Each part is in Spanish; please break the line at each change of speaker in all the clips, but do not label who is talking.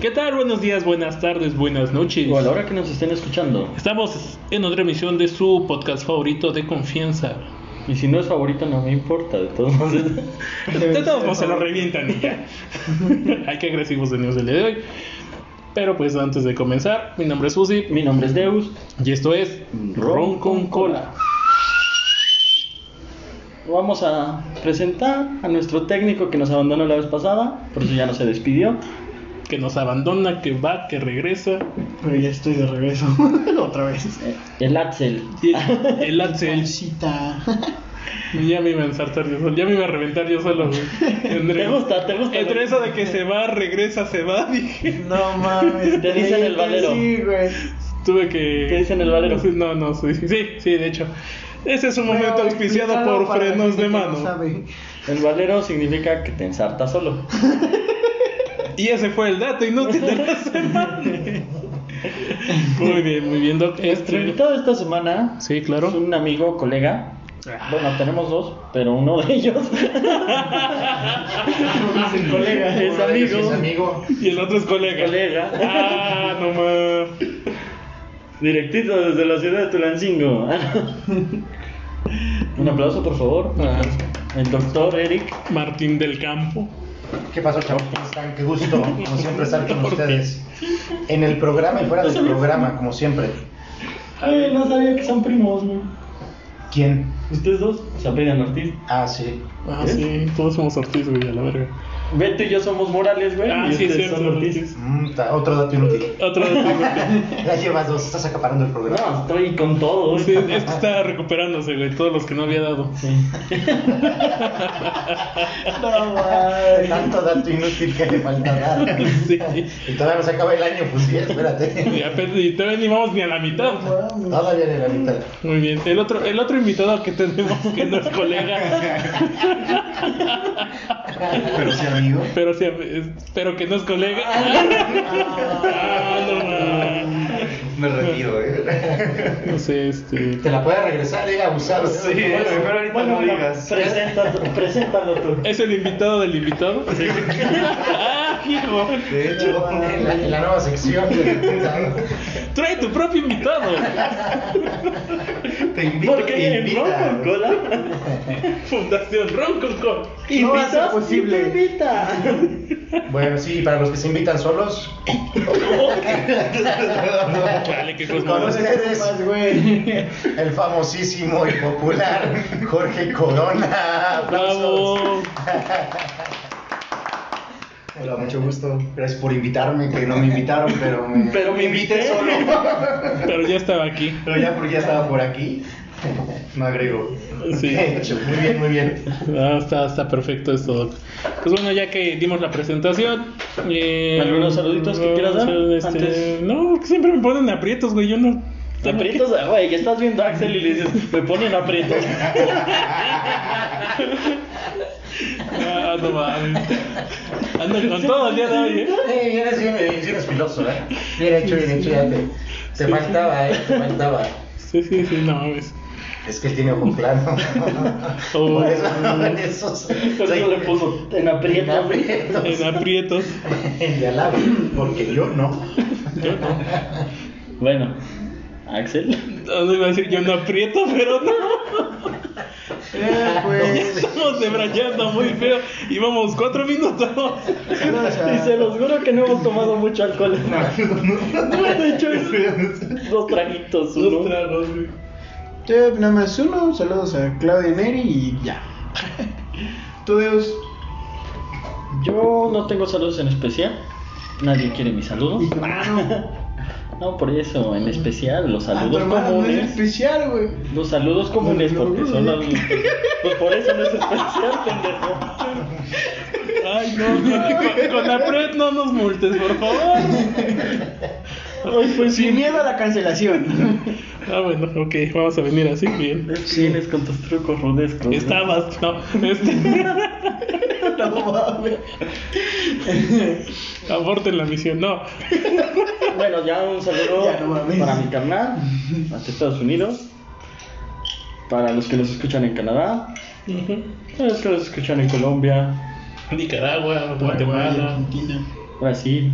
¿Qué tal? Buenos días, buenas tardes, buenas noches.
O a la hora que nos estén escuchando.
Estamos en otra emisión de su podcast favorito de confianza.
Y si no es favorito, no me importa, de todos modos.
De todos modos se lo revientan y ya. Hay que agresivos de news el día de hoy. Pero pues antes de comenzar, mi nombre es Susi
Mi nombre es Deus.
y esto es Ron con Cola.
Vamos a presentar a nuestro técnico que nos abandonó la vez pasada, por eso ya no se despidió.
Que nos abandona, que va, que regresa.
Pero ya estoy de regreso. Otra vez.
Eh, El Axel.
Y el, el Axel.
Salsita.
Ya me iba a ensartar yo solo. Ya me iba a reventar yo solo. güey. Entre-
¿Te gusta? ¿Te gusta?
Entre eso de que se va, regresa, se va, dije.
No mames.
Te dicen el
creí que
valero.
Sí, güey.
Tuve que.
¿Qué dicen el valero?
No, no, sí, sí, sí, de hecho. Ese es un momento
Pero
auspiciado
explicado
por
para la
frenos
gente
de
que no
mano.
sabe.
El valero significa que te ensartas solo.
Y ese fue el dato inútil de la semana. muy bien, muy bien, Doc.
Nuestro
Este-
invitado esta semana
Sí,
es
claro.
un amigo, colega.
Ah.
Bueno, tenemos dos, pero uno de ellos
Dicen colega.
Es
Uno de ellos
amigo.
Es amigo.
Y el otro es colega.
Colega.
Ah, no más.
Directito desde la ciudad de Tulancingo. Un aplauso, por favor.
Ah.
El doctor Eric.
Martín del Campo.
¿Qué pasó, chavos? ¿Cómo están? Qué gusto, como siempre, estar con ustedes. En el programa y fuera del programa, como siempre.
Ay, no sabía que son primos, güey.
¿Quién?
Ustedes dos se apellidan Ortiz.
Ah, sí.
Ah,
¿Eh?
sí, todos somos Ortiz, güey, a la verga.
Beto y yo somos Morales, güey.
Ah,
y
sí, es
ustedes
cierto,
son Ortiz.
Ortiz.
Mm, ta- otro dato inútil.
Otro
Ya llevas dos, estás acaparando el programa.
No, estoy con todo, güey.
Sí, es que está recuperándose, güey, todos los que no había dado.
Sí.
No mames.
Tanto dato inútil que le falta dar.
Sí.
Y todavía no se acaba el año, pues sí, espérate.
Y apenas- y todavía ni vamos ni a la mitad.
No mames.
Todavía en la mitad.
Muy bien. El otro, el otro invitado que tenemos, que no es colega,
Pero sí, amigo.
pero, sí, es- pero que no es colega. Ah, no, ma.
Me retiro, ¿eh?
no sé, este.
Te la puedes regresar, ¿eh? Abusado. Sí,
mejor ahorita no
no,
digas.
preséntalo, preséntalo tú.
¿Es el invitado del invitado? ¡Ah, hijo!
De hecho, en la, en la nueva sección.
¡Trae tu propio invitado!
Te invito,
Porque
te
en Ron con
invita.
Cola
Fundación Ron con Col.
No va a ser
invitas
posible.
y te invita.
Bueno, sí, para los que se invitan solos.
Vale, qué
Con
cosa.
ustedes,
Más, güey.
el famosísimo y popular Jorge Corona. Aplausos.
¡Bravo!
Hola, mucho gusto. Gracias por invitarme, que no me invitaron, pero me,
Pero me invité.
solo.
Pero ya estaba aquí.
Pero ya porque ya estaba por aquí, me agrego.
Sí.
Muy bien, muy bien.
Ah, está, está perfecto esto. Pues bueno, ya que dimos la presentación. eh,
¿Algunos saluditos que quieras dar
este,
antes?
No, que siempre me ponen aprietos, güey. Yo no.
Aprietos, güey, que estás viendo a Axel y le dices, me ponen aprietos.
Ah, no mames. Ando con todo el día de hoy, ¿eh?
Eh, eres bien, eres bien filoso, ¿eh? Bien hecho, bien hecho, ya te, te faltaba, ¿eh? Te faltaba.
Sí, sí, sí, no mames.
Es que él tiene ojo plano.
Oh.
Por eso, por eso se-
Por
se-
eso le puso en
en
aprietos.
aprietos.
En aprietos.
El de al lado, porque yo no.
Bueno, Axel.
Ah, No iba a decir yo no aprieto, pero no.
Eh, pues.
Estamos debrayando muy feo. Y vamos, cuatro minutos.
no, o
Y
sea,
se los juro que no hemos tomado mucho alcohol. De hecho, es dos traguitos, uno.
Dos tragos, güey.
eh, nada más uno. Saludos a Claudia Neri y ya. Tú, Deus.
Yo no tengo saludos en especial. Nadie quiere mis saludos.
Y tu hermano.
No, por eso, en especial, los
Ah, tu
saludos
hermano no es
comunes.
especial, güey.
Los saludos comunes,
No, no,
porque
no,
son
no.
los. Pues por eso no es especial, pendejo.
Ay, no, no. Con, con apriet no nos multes, por favor.
Ay, pues sí.
Sin miedo a la cancelación.
Ah, bueno, ok, vamos a venir así, bien.
Sí, Vienes con tus trucos rudescos. ¿no?
Estabas, no, este,
No mames.
aborten la misión, no.
Bueno, ya un saludo
Ya, no mames.
para mi carnal, hasta Estados Unidos. Para los que los escuchan en Canadá, para los que los escuchan en Colombia,
Nicaragua, Guatemala,
Argentina.
Brasil,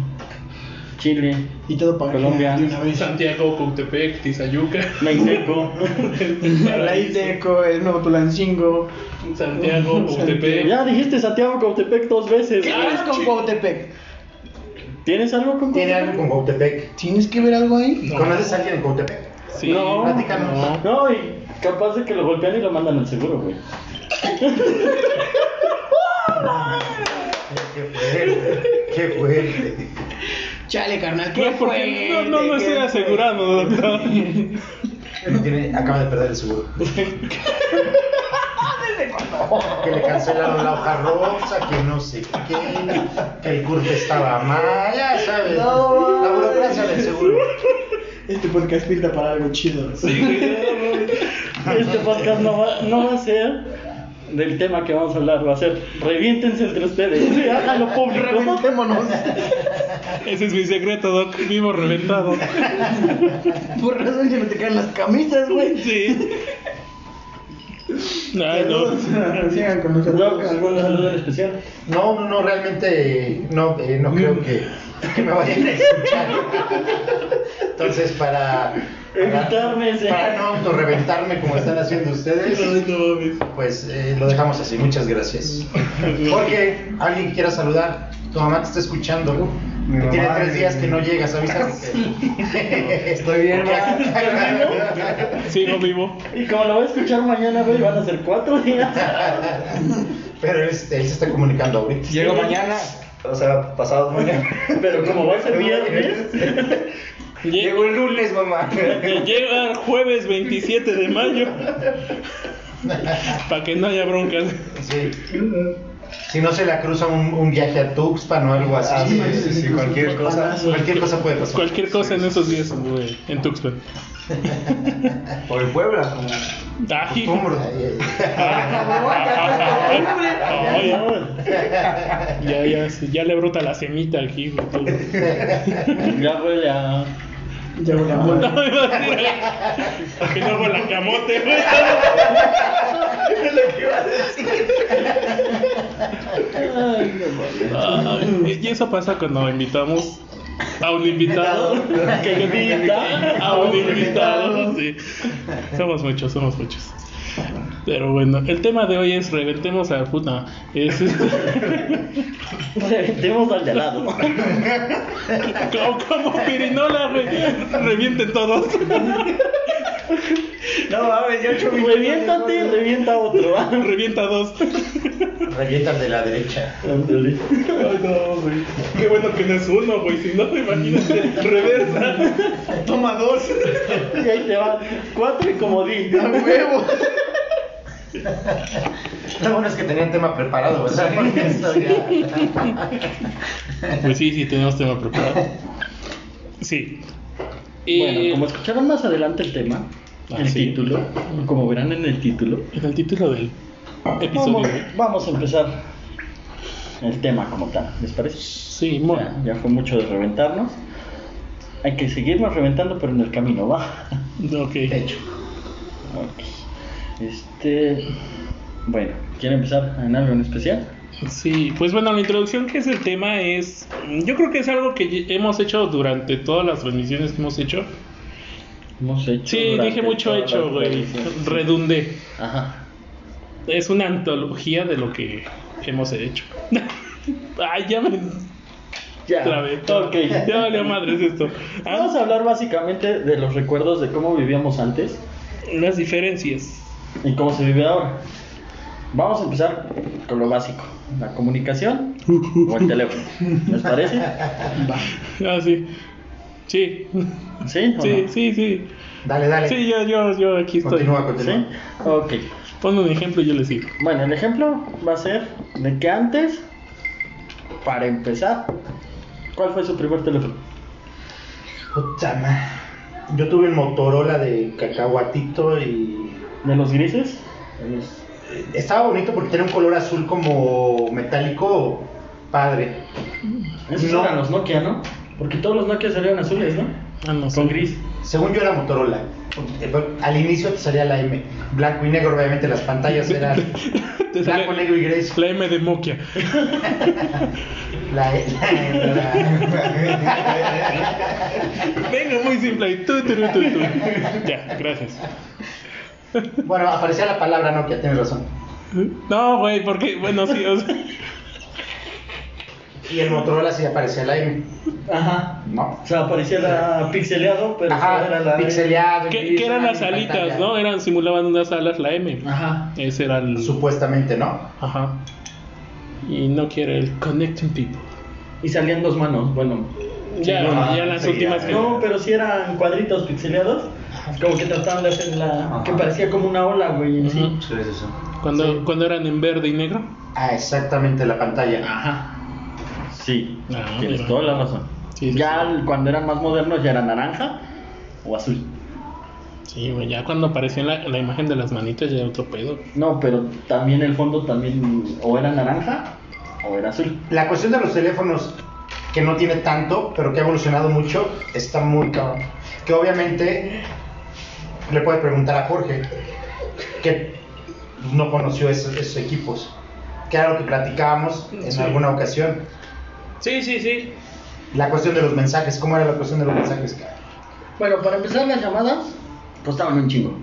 Chile,
Y todo para
Colombia.
de una vez.
Santiago, Cautepec, Tizayuca.
Mexico.
La Iteco, el Nuevo Tulancingo.
Santiago, Cautepec.
ya dijiste Santiago Cautepec dos veces.
¿Qué?
¿Qué es con
Ah, chi-
Cuautepec?
¿Tienes algo con
¿Tiene algo con Cautepec?
¿Tienes que ver algo ahí?
No.
¿Conoces a alguien en Cautepec?
Sí.
No.
Platícanos.
No, y capaz de que lo golpean y lo mandan al seguro, güey.
Qué fuerte, qué fuerte.
Chale, carnal, ¿qué
No, porque
fue?
no, Pues, no, no
¿Qué
estoy
fue?
asegurado, doctor.
No tiene- acaba de perder el seguro. Que le cancelaron la hoja rosa, que no sé qué, que el curte estaba mal, ya sabes.
No.
La burocracia del seguro.
Este podcast pinta para algo chido.
Este podcast no va, no va a ser del tema que vamos a hablar, va a ser reviéntense entre ustedes. Sí, Háganlo público.
Reventémonos.
Ese es mi secreto, Doc. Vivo reventado.
Por razón ya no te caen las camisas, güey.
Sí. Ay, no.
Saludos, Sigan con
Doc,
nosotros.
¿Algún saludo en especial?
No, no, no, realmente no, eh, no creo que, que me vayan a escuchar. Entonces, para. para-
Evitarme, sí.
Para no autorreventarme como están haciendo ustedes. Pues eh, lo dejamos así, muchas gracias. Jorge, alguien que quiera saludar, tu mamá te está escuchando.
Mi mamá,
Tiene tres
mi-
días que no llegas, avísanos.
Estoy bien,
Sigo vivo.
Y como lo voy a escuchar mañana, güey, van a ser cuatro días.
Pero este, él se está comunicando ahorita.
Llego mañana, o sea, pasado mañana.
Pero como va a ser viernes,
Lle-
Llego el lunes, mamá.
Llega jueves 27 de mayo. Para que no haya broncas.
Sí. Si no se la cruza un, un viaje a Tuxpan o algo así.
Ah, sí,
eh,
sí, sí, cualquier cosa.
Cualquier cosa puede pasar.
Cualquier cosa en esos días, güey. En Tuxpan.
O en Puebla, como.
Taji.
Costumbre. Ay,
Ay,
ay,
Ya, ya, sí, ya le brota la semita aquí, güey. todo.
ya huele a.
Ya voy a
No, me iba a decir, para que no hago la camote, güey. Ay, y eso pasa cuando invitamos a un invitado.
Que grita
A un invitado, sí. Somos muchos, somos muchos. Pero bueno, el tema de hoy es reventemos a puta. Es
Reventemos al de al lado.
como, como pirinola, güey. Revienten todos.
No mames, yo ocho minutos.
Reviéntate, revienta otro. ¿ah?
Revienta dos.
ay. Revienta al de la derecha.
Ándale.
Ay, no, güey. Qué bueno que no es uno, güey. Si no, imagínate, reversa.
Toma dos.
Y ahí te va. Cuatro y como di.
A huevo.
Lo bueno es que tenían tema preparado. O sea, porque esto ya-
Pues sí, sí, tenemos tema preparado. Sí. Eh, Y
Bueno, como escucharon más adelante el tema,
Ah,
el
sí.
título, como verán en el título,
en el título del episodio,
vamos,
güey.
vamos a empezar el tema como tal, ¿les parece?
Sí,
O
bueno.
sea, ya fue mucho de reventarnos. Hay que seguirnos reventando, pero en el camino, va.
Ok.
Hecho.
Ok. Este. Bueno, ¿quieren empezar en algo en especial?
Sí, pues bueno, la introducción que es el tema es, yo creo que es algo que ye- hemos hecho durante todas las transmisiones que hemos hecho.
Hemos hecho.
Sí,
durante
dije mucho
todas
hecho,
las
güey.
transmisiones.
Redundé.
Ajá.
Es una antología de lo que hemos hecho. Ay, ya me
Ya.
trabé.
Ok.
Ya valió madres esto.
Vamos
Ah,
a hablar básicamente de los recuerdos de cómo vivíamos antes
las diferencias.
y cómo se vive ahora. Vamos a empezar con lo básico, la comunicación o el teléfono. ¿Les parece?
Ah, sí. Sí.
¿Sí? o
Sí,
no?
sí, sí.
Dale, dale.
Sí, yo, yo, yo aquí estoy.
Continúa, continúa.
¿Sí? Ok.
Pon un ejemplo y yo le sigo.
Bueno, el ejemplo va a ser de que antes, para empezar, ¿cuál fue su primer teléfono?
Puta madre. Yo tuve el Motorola de cacahuatito y
¿De los grises?
eh, estaba bonito porque tenía un color azul como metálico padre.
Esos
No.
eran los Nokia, ¿no? Porque todos los Nokia salieron azules, ¿no?
Ah, no sé.
Con gris.
Según yo era Motorola. Eh, bueno, Al inicio te salía la M. Blanco y negro, obviamente las pantallas eran
Te sale
blanco, negro y gris.
La M de Mokia.
La E- la E- la-
Venga, muy simple. ahí. Tu, tu, tu, tu, tu. Ya, gracias.
Bueno, aparecía la palabra Nokia, tienes razón.
No, güey, porque, bueno, sí, o sea,
Y el Motorola sí aparecía la M.
Ajá.
No.
O sea, parecía la pixeleado, pero era la E.
Ajá, pixeleado.
que,
gris,
que eran
la
las
M,
alitas,
pantalla.
¿no? Eran, simulaban unas alas la M.
Ajá.
Ese era el.
Supuestamente, ¿no?
Ajá. Y no quiere el Connecting People.
Y salían dos manos, bueno.
Ya,
no,
ya las
sí,
últimas
ya.
que-
No, pero si eran cuadritos pixeleados, como que trataban de hacer la... que parecía como una ola, güey, en sí.
Ujú. Cuando, cuando eran en verde y negro.
Ah, exactamente, la pantalla.
Ajá. Sí,
Ah,
tienes
mira.
toda la razón.
Sí, sí,
ya cuando eran más modernos ya era naranja o azul.
Sí, güey, ya cuando apareció la, la imagen de las manitas ya era otro pedo.
No, pero también el fondo también o era naranja o era azul.
La cuestión de los teléfonos, que no tiene tanto, pero que ha evolucionado mucho, está muy cabrón. Que obviamente le puede preguntar a Jorge, que no conoció esos, esos equipos. Que era lo que platicábamos en
Sí.
alguna ocasión.
Sí, sí, sí.
La cuestión de los mensajes, ¿cómo era la cuestión de los mensajes? cara?
Bueno, para empezar las llamadas costaban un chingo.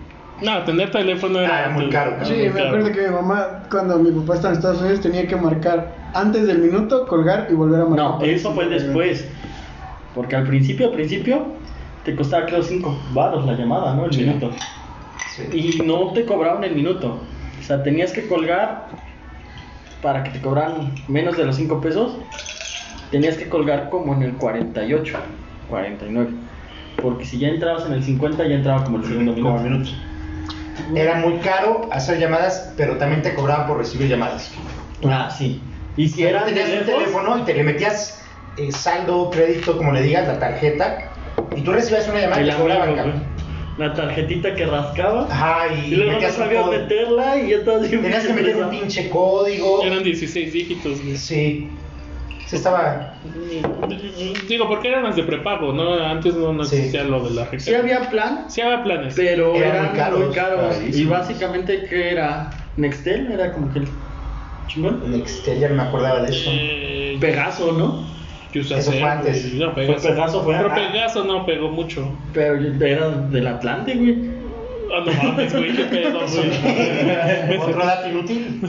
No, tener teléfono
Ah,
era.
era muy caro,
Sí, me acuerdo que mi mamá, cuando mi papá estaba en Estados Unidos, tenía que marcar antes del minuto, colgar y volver a marcar.
No, eso fue después. Porque al principio, al principio, te costaba creo 5 baros la llamada, ¿no? El
Sí.
minuto.
Sí.
Y no te cobraban el minuto. O sea, tenías que colgar para que te cobraran menos de los 5 pesos. Tenías que colgar como en el 48, 49. Porque si ya entrabas en el 50, ya entraba como el segundo minuto.
Como minutos. Era muy caro hacer llamadas, pero también te cobraban por recibir llamadas.
Ah, sí. Y si era de
tenías un
teléfono.
teléfono y te le metías eh, saldo, crédito, como le digas, la tarjeta, y tú recibías una llamada y
El
te cobraban.
abrigo, güey.
cabrón.
La tarjetita que rascaba.
Ajá, y,
Y luego no
metías un
sabías
código.
meterla y ya todo
Tenías que meter un pinche código.
Eran 16 dígitos, güey.
Sí. Sí, estaba.
Digo, porque eran las de prepago, ¿no? Antes no, no
Sí.
existía lo de la recarga.
Sí había plan,
Sí había planes.
pero
Eran
eran
muy caros,
muy caros. Y
carísimos.
básicamente, ¿qué era? Nextel era como que el chingón.
Nextel, ya no me acordaba de eso.
Eh,
Pegaso, ¿no?
yo usé
Eso fue
hacer,
antes.
güey. No,
Fue
Pegaso.
Pegaso, fue-
Pero Pegaso no pegó mucho.
Pero era del Atlante, güey.
Ah, no mames, güey, qué pedo, güey.
Otro dato inútil.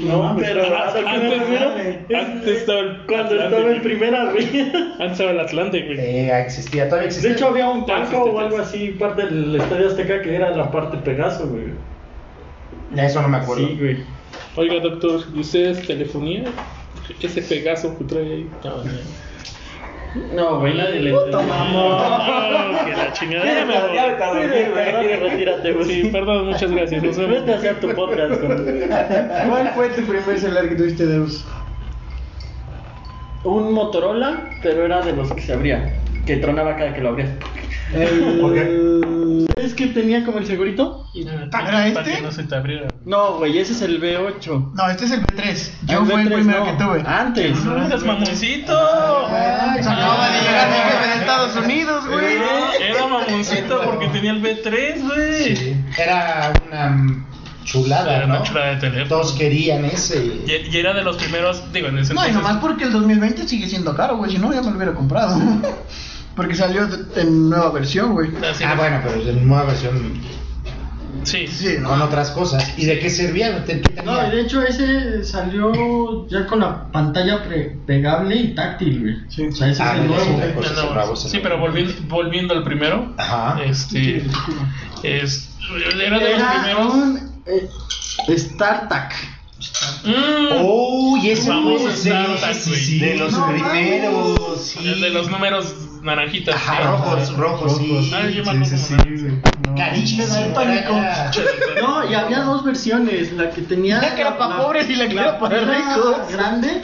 No, pero
Ah,
¿a qué me
antes-
refiero?
antes estaba el
cuando estaba
Atlante.
en primera, güey.
Antes estaba el Atlántico, güey.
Eh, existía, todavía
De
existía.
hecho, había un
Ya
banco
existe,
o
ya
algo así, parte del Estadio Azteca, que era la parte Pegaso, güey.
Eso no me acuerdo.
Sí, güey.
Oiga, doctor, ¿y ustedes telefonía? Ese Pegaso que trae ahí. No, no.
No, güey, la del. Puta
No, que la chingada. Ya me voy.
Retírate, güey.
Sí, perdón, muchas gracias. Nos vemos.
Vete a hacer tu podcast con
¿Cuál fue tu primer celular que tuviste de uso?
un Motorola, pero era de los que se abría, que tronaba cada que lo abrías.
El...
¿Por
¿Sabes que tenía como el segurito?
¿Para este?
Para que no se te abriera.
No, güey, ese es el B8.
No, este es el B3.
Ah, B3 no, Ah. Antes.
¡No seas mamoncito!
Ay, Ah, se acababa de llegar mi jefe de
Eh,
Estados Unidos, güey.
Era mamoncito porque tenía el B3, güey.
Sí. Era una mm, chulada,
Era
¿no?
una chulada de teléfono.
Todos querían ese.
Y, y era de los primeros, digo, en ese
No, y
entonces-
nomás porque el 2020 sigue siendo caro, güey. Si no, ya me lo hubiera comprado. Porque salió de- en nueva versión, güey.
Así
Ah,
de-
bueno, pero de nueva versión
Sí, sí.
Sí,
con
no.
otras cosas. ¿Y de qué servía? ¿Qué tenía?
No, y de hecho ese salió ya con la pantalla pre- pegable y táctil, güey. O sea, ese
Ah,
es el
mira,
nuevo.
sí,
No, no,
cosas nuevas,
sí,
esas
pero
nuevas.
volviendo, volviendo al primero,
Ajá.
este. Es, era de los
Era
primeros.
un eh, StarTAC.
Mm.
¡Oh! Y ese
Vamos
no
a
es sí,
estar,
sí,
güey.
sí, de los
No,
primeros. Sí.
El de los números naranjitas.
Ajá,
¿no?
rojos, rojos, sí.
Ah, yo me acuerdo
Sí, sí,
como
sí, güey. Carísimo, era-
No, y había dos versiones, la que tenía
La que era pa' pobres y la que era para
pila
ricos.
grande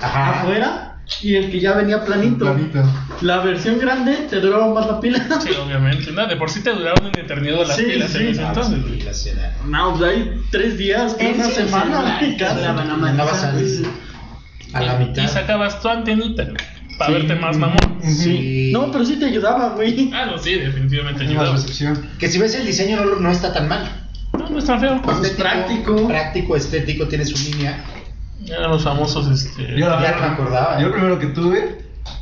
Ah,
Ajá.
afuera y el que ya venía planito.
Planito.
La versión grande te duraba más la pila.
Sí, obviamente. No, de por sí te duraron una eternidad las
Sí,
pilas en
sí.
ese entonces. güey.
La cena.
No, pues ahí tres días,
En
una semana,
semana,
casi.
Andabas a, a la
Y
mitad. Mm.
sacabas tu antenita. güey. Para verte más mamón.
Sí.
No, pero sí te ayudaba, güey.
Ah, no, sí, definitivamente
Una
ayudaba.
recepción.
Que si ves el diseño no, lo- no está tan mal.
No, no es tan feo.
Estético,
práctico.
Pues Práctico, estético, tiene su línea.
Eran los famosos, este.
Yo la
Ya no me acordaba.
Yo el primero que tuve,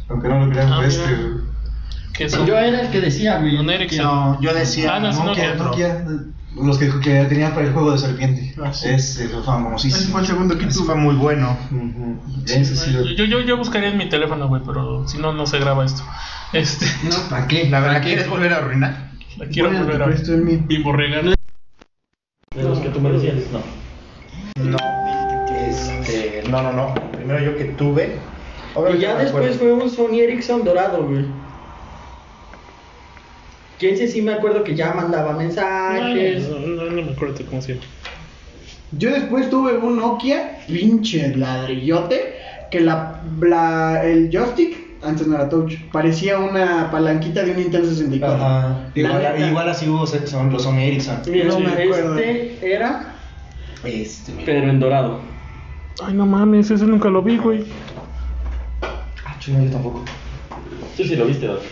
aunque no lo crean,
Ah,
fue este,
mira.
güey.
Que son.
eh,
Yo era el que decía, güey.
Un Ericsson.
No,
Yo decía,
Ah, no, sí, no,
Nokia,
que-
pero-
Nokia, los que, que tenían para el juego de serpiente.
Ah, sí.
Ese fue
Ese
famosísimo.
fue el segundo que
Eso
tuve.
fue muy bueno.
Ujú. Ese sí lo-
Yo, yo, yo buscaría en mi teléfono, güey, pero si no, no se graba esto. Este.
No, ¿para qué?
La verdad, ¿quieres volver a arruinar?
La quiero
Bueno, pues,
volver
te presto el mío.
a. Bimborregar.
De los que tú me decías, no.
No, este, no, no, no. Primero yo que tuve.
Y ya después fue un Sony Ericsson dorado, güey. Que ese sí me acuerdo que ya mandaba
Ah,
mensajes.
No, no, no me acuerdo cómo se llama.
Yo después tuve un Nokia, pinche ladrillote, que la, la- el joystick, antes no era touch, parecía una palanquita de un Nintendo 64.
Ajá.
La neta.
Igual, igual así hubo sexo, los Sony Ericsson.
Mira,
No me acuerdo.
este era,
Este, güey.
pero en dorado.
Ay, no mames, ese nunca lo vi, güey.
Ah, chinga, yo tampoco.
Tú sí lo viste, ¿verdad?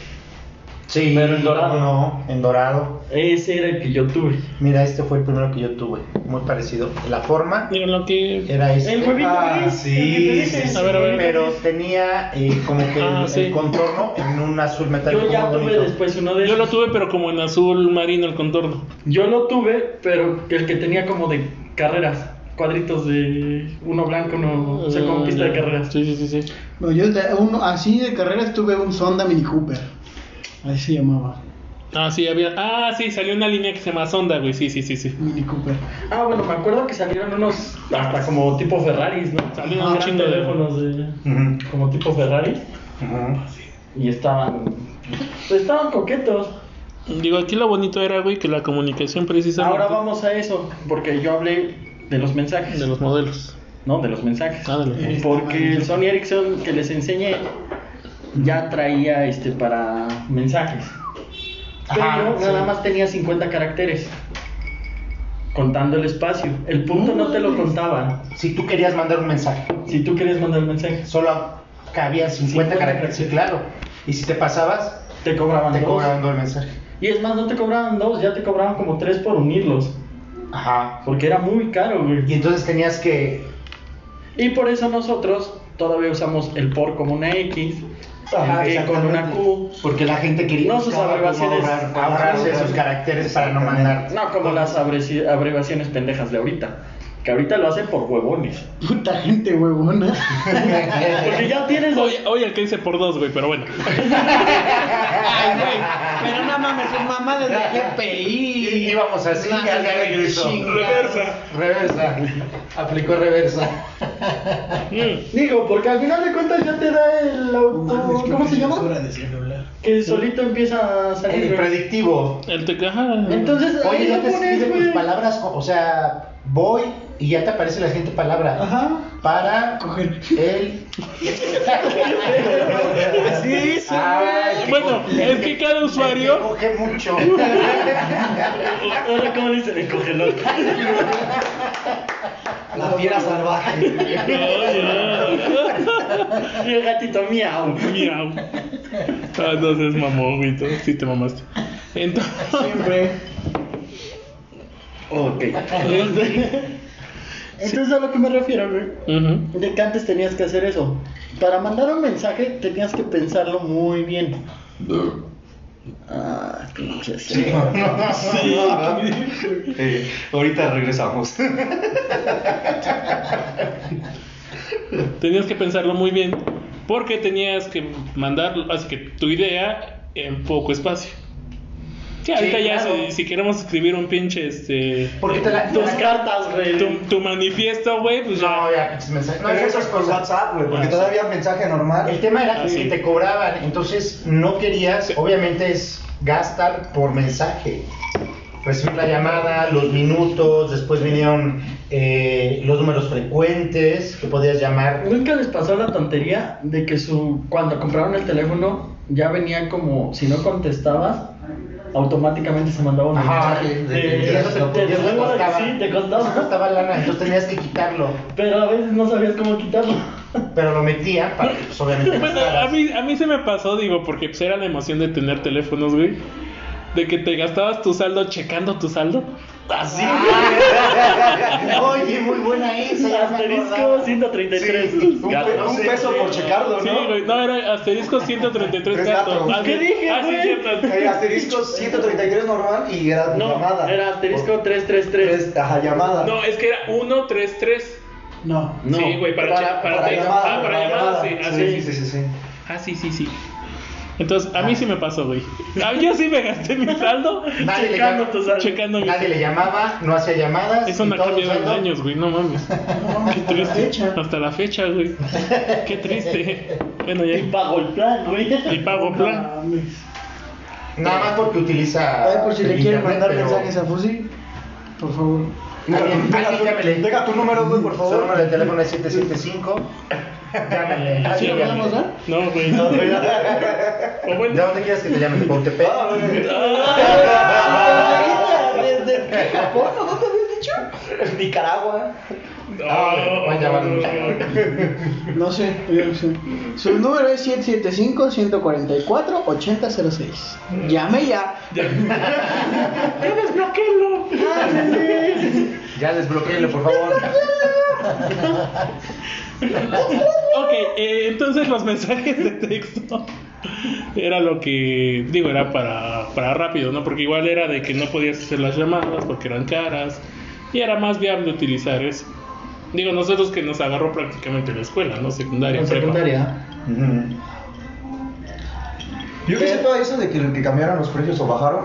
Sí,
Pero en dorado.
No, en dorado.
Ese era el que yo tuve.
Mira, este fue el primero que yo tuve. Muy parecido. La forma
Digo, lo que.
era este.
El huevito,
Ah,
¿eh?
sí,
El que te
sí,
A ver, a ver.
Pero tenía eh, como que
Ah,
el,
sí.
el contorno en un azul metálico.
Yo ya
muy
tuve
bonito.
después uno de
Yo
esos.
lo tuve, pero como en azul marino el contorno.
Yo lo tuve, pero el que tenía como de carreras, cuadritos de uno blanco,
Ah,
uno, o sea, como pista de carreras.
Sí, sí, sí. sí.
No, yo de- uno, así de carreras tuve un Sonda Mini Cooper. Así se llamaba,
Ah, sí, había. Ah, sí, salió una línea que se llama Sonda, güey. Sí, sí, sí, sí.
Mini Cooper.
Ah, bueno, me acuerdo que salieron unos hasta como tipo Ferraris, ¿no?
Salieron
Ah,
un chingo de-
teléfonos de...
Ujú,
como tipo Ferraris
ujú.
y estaban pues estaban coquetos.
Digo, aquí lo bonito era, güey, que la comunicación precisamente.
Ahora vamos a eso, porque yo hablé de los mensajes.
De los modelos.
No, de los mensajes.
Ah, de los modelos.
Porque el Sony Ericsson que les enseñé ya traía este para mensajes. Pero
Ajá,
nada
sí.
más tenía 50 caracteres. Contando el espacio. El punto no te lo contaba.
Si tú querías mandar un mensaje,
Si tú querías mandar mensajes,
solo cabía 50
50
caracteres. Sí, claro. Y si te pasabas,
te cobraban
te
dos.
cobraban todo el mensaje.
Y es más, no te cobraban dos, ya te cobraban como tres por unirlos.
Ajá.
Porque era muy caro, güey.
Y entonces tenías que.
Y por eso nosotros todavía usamos el por como una X,
Ajá,
eh, con una
exactamente.
Q.
Porque la gente quería
No, sus
buscaba cómo
abreviaciones.
ahorrar- ahorrarse sus caracteres para no mandar.
No como las abreci- abreviaciones pendejas de ahorita. Que ahorita lo hacen por huevones.
Puta gente huevona.
Porque ya tienes.
Oye, oye, el que dice por dos, güey, pero bueno.
Ay, güey, pero no mames, es mamá de
Y
GPI.
íbamos así, y
Nada,
alguien regresó.
chingada.
Reversa. Reversa. Aplicó reversa.
Mm.
Digo, porque al final de cuentas ya te da el auto. ¿Cómo se llama? Eh,
de celular.
Que solito empieza a salir.
El
güey.
predictivo.
El te. Ajá.
Entonces,
Oye,
ahí
ya
lo
te escribe
pones,
tus
güey.
palabras, co- o sea, voy y ya te aparece la siguiente palabra.
Ajá.
Para
Coger.
el.
Así dice.
Ay, que
Bueno,
co-
es que cada
que
usuario.
Coge mucho.
Ahora, ¿cómo le dicen el congelador?
La fiera salvaje.
Y el gatito miau.
Miau. Ah, no seas mamón, güey. tú Sí te mamaste. Entonces.
Siempre.
Ok. Entonces, a lo que me refiero, güey.
Ujú.
De que antes tenías que hacer eso. Para mandar un mensaje tenías que pensarlo muy bien. Ah, pinche sea.
Eh, ahorita regresamos.
Tenías que pensarlo muy bien. Porque tenías que mandar así que tu idea en poco espacio. Que ahorita ya,
claro.
si, si queremos escribir un pinche. este
Porque te la.
Tus cartas, güey.
Tu, tu manifiesto, güey, pues ya.
No, ya, pinches mensajes. No,
Pero
esas
eso es por
cosas.
WhatsApp, güey, porque todavía mensaje
El
normal.
tema era
Ah,
que
sí.
te cobraban, entonces no querías, obviamente es gastar por mensaje. Recibir la llamada, los minutos, después vinieron eh, los números frecuentes que podías llamar.
Nunca les pasó la tontería de que su cuando compraron el teléfono ya venía como si no contestabas automáticamente se mandaba un
Ajá,
de-
mensaje.
de-
Te-
de-
te- te-
ya
te-
te
te-
costaba.
sí, te
No
costaba.
costaba lana, entonces tenías que quitarlo.
Pero a veces no sabías cómo quitarlo.
Pero lo metía para que, pues, obviamente.
Bueno,
gastaras.
a mí, a mí se me pasó, digo, porque pues, era la emoción de tener teléfonos, güey. De que te gastabas tu saldo checando tu saldo. Así,
Oye, muy buena esa. ya me
Asterisco
acordaba.
133.
Sí, un,
Ya,
pe-
no
un
sé.
peso por checarlo,
Sí,
¿no?
güey, no, era asterisco 133
Tres
gato.
gatos.
Ah,
¿Qué
sí,
dije,
ah, sí,
güey?
cierto.
Eh, asterisco 133 normal y era
No,
llamada.
era asterisco
Por- tres,
333.
Ajá, llamada.
No, es que era 133.
No.
No,
sí, güey, para,
para-
che- para,
para
te-
llamadas,
ah, para
para
llamadas, sí.
llamadas.
Ah,
Sí, sí,
sí,
sí, sí.
Ah, sí, sí, sí. Entonces, a mí sí me pasó, güey. Ah, Yo sí me gasté mi saldo
Nadie le,
Checando
llama-
tus datos.
checando mi
nadie le llamaba, no hacía llamadas.
Eso no
y
ha
todo
cambiado en
usando-
años, güey, no mames. Qué
Hasta la
triste.
fecha.
Hasta la fecha, güey. Qué triste. Bueno, ya.
Y pago el plan, güey.
Y pago plan.
Mames.
Nada más porque
A
utiliza.
ver, por si le
el
quieren
internet,
mandar
pero-
mensajes a Fusi, por favor.
Alguien-
Deja
alguien
tu-
llámele.
Deja tu número, güey, por
Su número
favor.
de teléfono es 775. Llámale.
¿Así lo
Alguien
podemos
llámale.
dar?
No, güey.
No, güey, ya.
O
¿De
bueno,
dónde quieres que te llamen? ¿De Pautepec?
Ah, güey.
¿Desde Japón? ¿O dónde habías dicho?
Nicaragua.
Ah, bueno, voy a llamar.
No sé, yo no sé. Su número es 775-144-8006. Llame ya.
ya desbloquéalo.
Ya desbloqueenlo, por favor.
Ok, eh, entonces los mensajes de texto era lo que digo, era para, para rápido, ¿no? Porque igual era de que no podías hacer las llamadas porque eran caras y era más viable utilizar eso. Digo, nosotros que nos agarró prácticamente la escuela, ¿no? Secundaria,
En
prepa.
secundaria.
Yo que sepa eso de que, que cambiaron los precios o bajaron,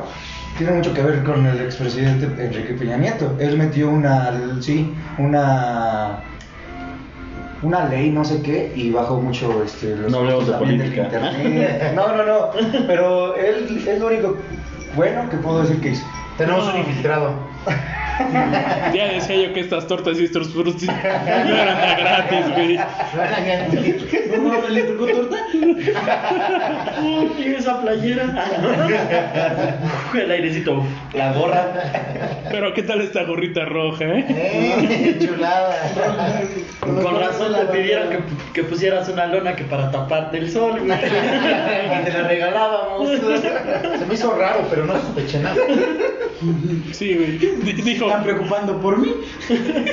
tiene mucho que ver con el expresidente Enrique Peña Nieto. Él metió una, sí, una, una ley, no sé qué, y bajó mucho este, los
No hablemos de
también del
política.
internet. No, no, no, pero él es lo único bueno que puedo decir que hizo.
Tenemos un infiltrado.
Ya decía yo que estas tortas y estos frutis no eran de gratis, güey.
No mames, le tocó torta.
Uy, esa playera. El airecito.
La gorra.
Pero ¿qué tal esta gorrita roja, eh?
¡Eh! ¡Chulada!
Con razón te pidieron que, que pusieras una lona que para taparte el sol, güey.
Te la regalábamos. Se me hizo raro, pero no sospeché nada.
Sí, güey. D- dijo,
Están preocupando por mí.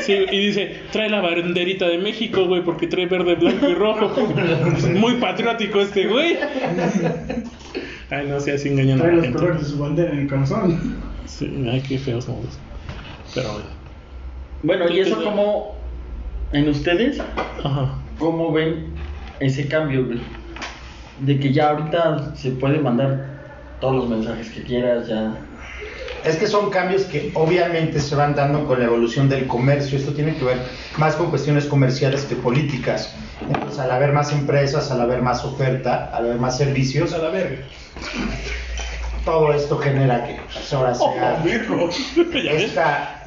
sí, y dice, trae la banderita de México, güey, porque trae verde, blanco y rojo. Muy patriótico este, güey. Ay, no seas engañando a
Trae
la
los
gente.
colores de su bandera en el corazón.
Sí, ay, qué feos modos. Pero bueno.
Bueno, ¿y eso cómo. en ustedes?
Ajá.
¿Cómo ven ese cambio, güey? De que ya ahorita se puede mandar todos los mensajes que quieras, ya.
Es que son cambios que obviamente se van dando con la evolución del comercio. Esto tiene que ver más con cuestiones comerciales que políticas. Entonces, al haber más empresas, al haber más oferta, al haber más servicios,
la verga.
todo esto genera que pues, ahora
Oh,
sea
¿Ya ves?
esta,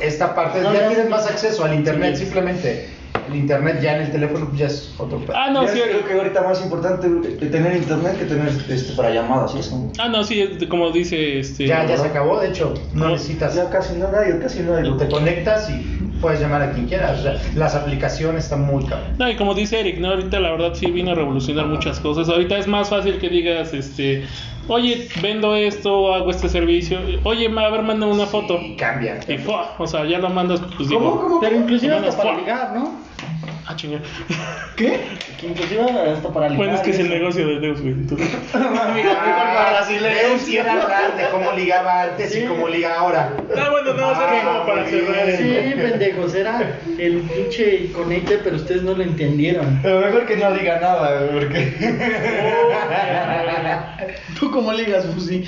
esta parte.
No,
ya
no.
tienes más acceso al internet, simplemente. El internet ya en el teléfono pues, ya es otro. pe-
Ah, no,
Ya
sí.
creo que ahorita más importante eh, tener internet que tener este, para llamadas y eso.
Ah, no, sí, es de- como dice este.
Ya, ya se acabó, de hecho, no
No.
necesitas.
Ya casi no hay, casi no hay.
Te conectas y puedes llamar a quien quieras. O sea, las aplicaciones están muy cabrón.
No, y como dice Eric, ¿no? Ahorita la verdad sí vino a revolucionar muchas cosas. Ahorita es más fácil que digas, este, oye, vendo esto, hago este servicio. Oye, ma- a ver, manda una foto.
Y cambia.
Y ¡fua! o sea, ya lo mandas, pues
¿Cómo,
digo,
cómo,
Pero
cómo?
inclusive hasta
Mandas
para
fuck.
ligar, ¿no?
ah, chingada.
¿Qué?
Que inclusive hasta para ligar. ¿eh?
Bueno, es que es el
eso.
negocio de Deus, güey. entonces.
Ah, él sí era hablar de cómo ligaba antes y cómo liga ahora.
Ah, bueno, no, eso era como para cerrar.
Sí,
el-
pendejos, era el pinche iconete, pero ustedes no lo entendieron.
Pero mejor que no diga nada, güey, porque.
¿Tú cómo ligas, Fusi?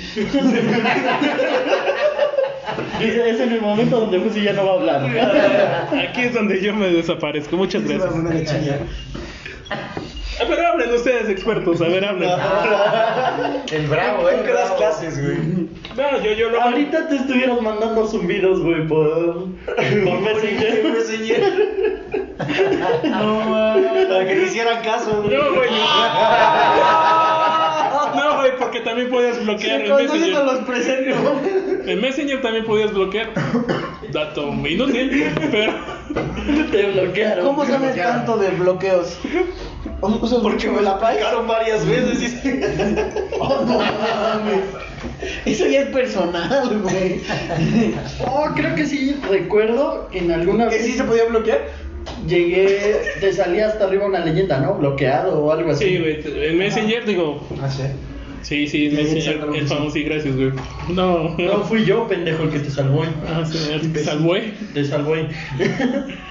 Es, es en el momento donde Fusi ya no va a hablar.
Aquí es donde yo me desaparezco. Muchas
Se va a
gracias.
poner a chillar.
Ah, Pero hablen ustedes, expertos, a ver, hablen.
Ah,
El bravo, eh.
Tú que das clases, güey.
No, yo, yo lo
Ahorita te estuvieron mandando zumbidos, güey, por, por Messenger.
No, mames.
Para que te hicieran caso, güey.
No, güey. No, güey, porque también podías bloquear el
Cuando yo no
Messenger.
los presento.
El Messenger también podías bloquear. Dato inútil, pero.
Te bloquearon.
¿Cómo sabes
bloquearon.
tanto de bloqueos? ¿Usas mucho Wi-Fi?
varias veces. dice.
Oh, no mames. Eso ya es personal, güey.
Oh, creo que sí. Recuerdo que en alguna
¿Que
vez
sí se podía bloquear?
llegué, te salía hasta arriba una leyenda, ¿no? Bloqueado o algo así.
Sí, güey. En Messenger, digo.
Ah, sí.
Sí, sí, en Messenger.
exactamente.
Es famoso y gracias, güey. No.
No fui yo, pendejo, el que te salvó.
Ah, sí, te salvé
Te salvó.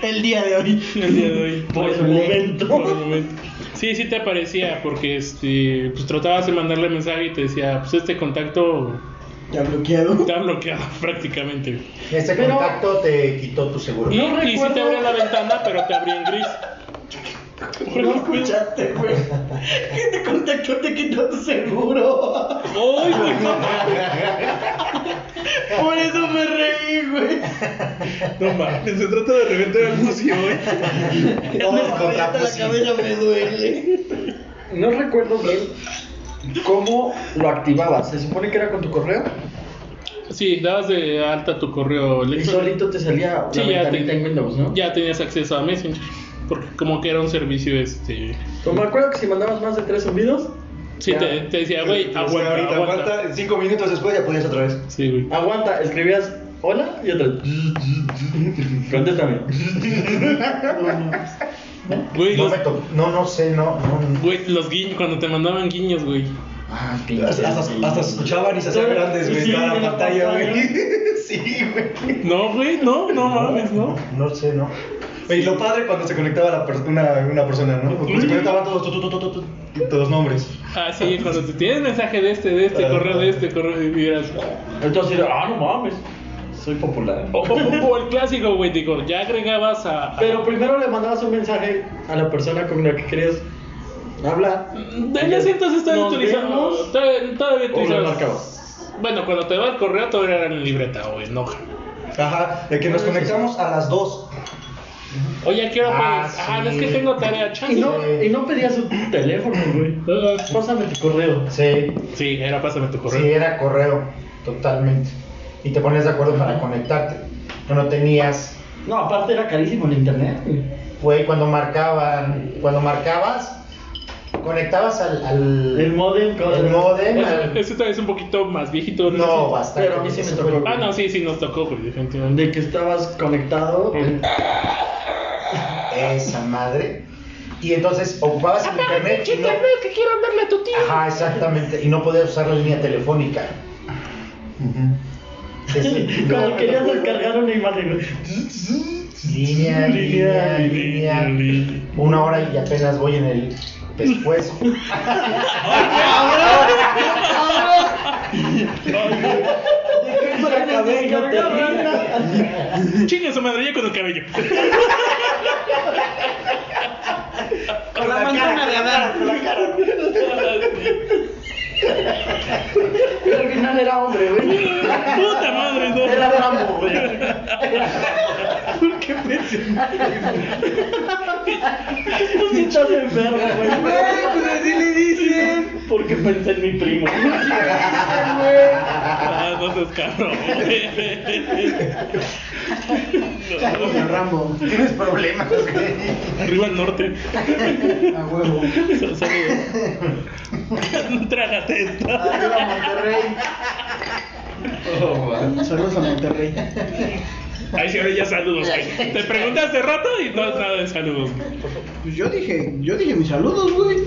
El día de hoy.
el día de hoy.
Por el momento.
Por el momento. Sí, sí te aparecía porque este, pues tratabas de mandarle mensaje y te decía, pues este contacto
Ya bloqueado.
te ha bloqueado prácticamente.
Este
Pero-
contacto te quitó tu seguro.
Y,
No
y sí
recuerdo-
te abría la ventana, pero te abría en gris.
No escuchaste, güey. ¿Qué te contactó? Te quitó tu seguro.
¡Ay, güey!
Por eso me reí, güey.
No mames, se trata de repente de música, güey.
No, ahorita la cabeza me duele.
No recuerdo bien cómo lo activabas. Se supone que era con tu correo
Sí, dabas de alta tu correo
y
electrónico.
solito te salía la
Sí, ya
ventanita
te-
en Windows, ¿no?
Ya tenías acceso a Messenger. Porque como que era un servicio, este...
Pues me acuerdo que si mandabas más de tres zumbidos,
Sí,
Ya.
te, te decía, güey,
O sea,
aguanta,
ahorita
aguanta.
aguanta, Cinco minutos después ya podías otra vez.
Sí, güey.
aguanta, escribías hola y otra. Contéstame.
Güey,
No,
los,
me to- no, no sé, no. no, no.
güey, los guiños, cuando te mandaban guiños, güey.
Ah,
Hasta, hasta, hasta se escuchaban y se hacían grandes, güey.
Sí,
para
en
la
la
pantalla,
pantalla.
güey. sí, güey.
No, güey, no, no mames, no.
No sé, no.
Y lo padre cuando se conectaba la per- una, una persona, ¿no? Porque se conectaban todos, tu, tu, tu, tu, tu, tu, todos nombres.
Ah, sí, cuando te tienes mensaje de este, de este, correo de este, correo de vibras.
Entonces, ah, no mames, soy popular.
O, o- o el clásico, güey, digo, ya agregabas a. a-
Pero primero le mandabas un mensaje a la persona con la que querías hablar.
en ese entonces todavía
Nos
utilizamos.
vemos.
Todavía, todavía
O le
utilizabas-
marcabas.
Bueno, cuando te va el correo, todavía era en libreta o en hoja.
Ajá, de que nos conectamos a las dos.
Oye, ¿a qué hora
Ah,
puedes? Ah, es
sí.
que tengo tarea,
Y
chance.
no, y no pedías su teléfono, güey.
Ah,
Pásame tu correo.
Sí,
Sí, era pásame tu
sí,
correo.
era correo, totalmente. Y te ponías de acuerdo para conectarte. No, no tenías,
No, aparte era carísimo el internet, güey.
güey, cuando marcaban, cuando marcabas, conectabas al. al-
El modem,
el modem, al-
Ese todavía es un poquito más viejito.
No, bastante.
Pero a mí sí me
Ese
tocó.
fue-
Ah, no, sí, sí, nos tocó, güey, definitivamente.
de que estabas conectado.
Esa madre. Y entonces ocupabas el internet. y no-
que quiero hablarle a tu tío.
Ajá, exactamente. Y no podías usar la línea telefónica. Entonces,
Cuando querías descargar una imagen, güey.
Línea, línea, línea. Una hora y apenas voy en el después.
Para cabello, te
Chinga su madre, ya con el cabello.
Con la manzana de Adán.
Pero al final era hombre, güey.
Puta madre, no.
Era Rambo, güey. ¿Por qué pensé? Tú sí estás enfermo, güey.
Güey, pues así le dicen.
Porque pensé en mi primo.
Ah, no seas cabrón.
Con el Rambo.
Tienes problemas, güey.
Arriba al norte.
A huevo.
Saludos. Trágate esto.
Arriba Monterrey.
Oh,
Saludos a Monterrey.
Ay, sí, ahora ya saludos. güey. Te pregunté hace rato y no es nada de saludos.
Pues yo dije, yo dije mis saludos, güey.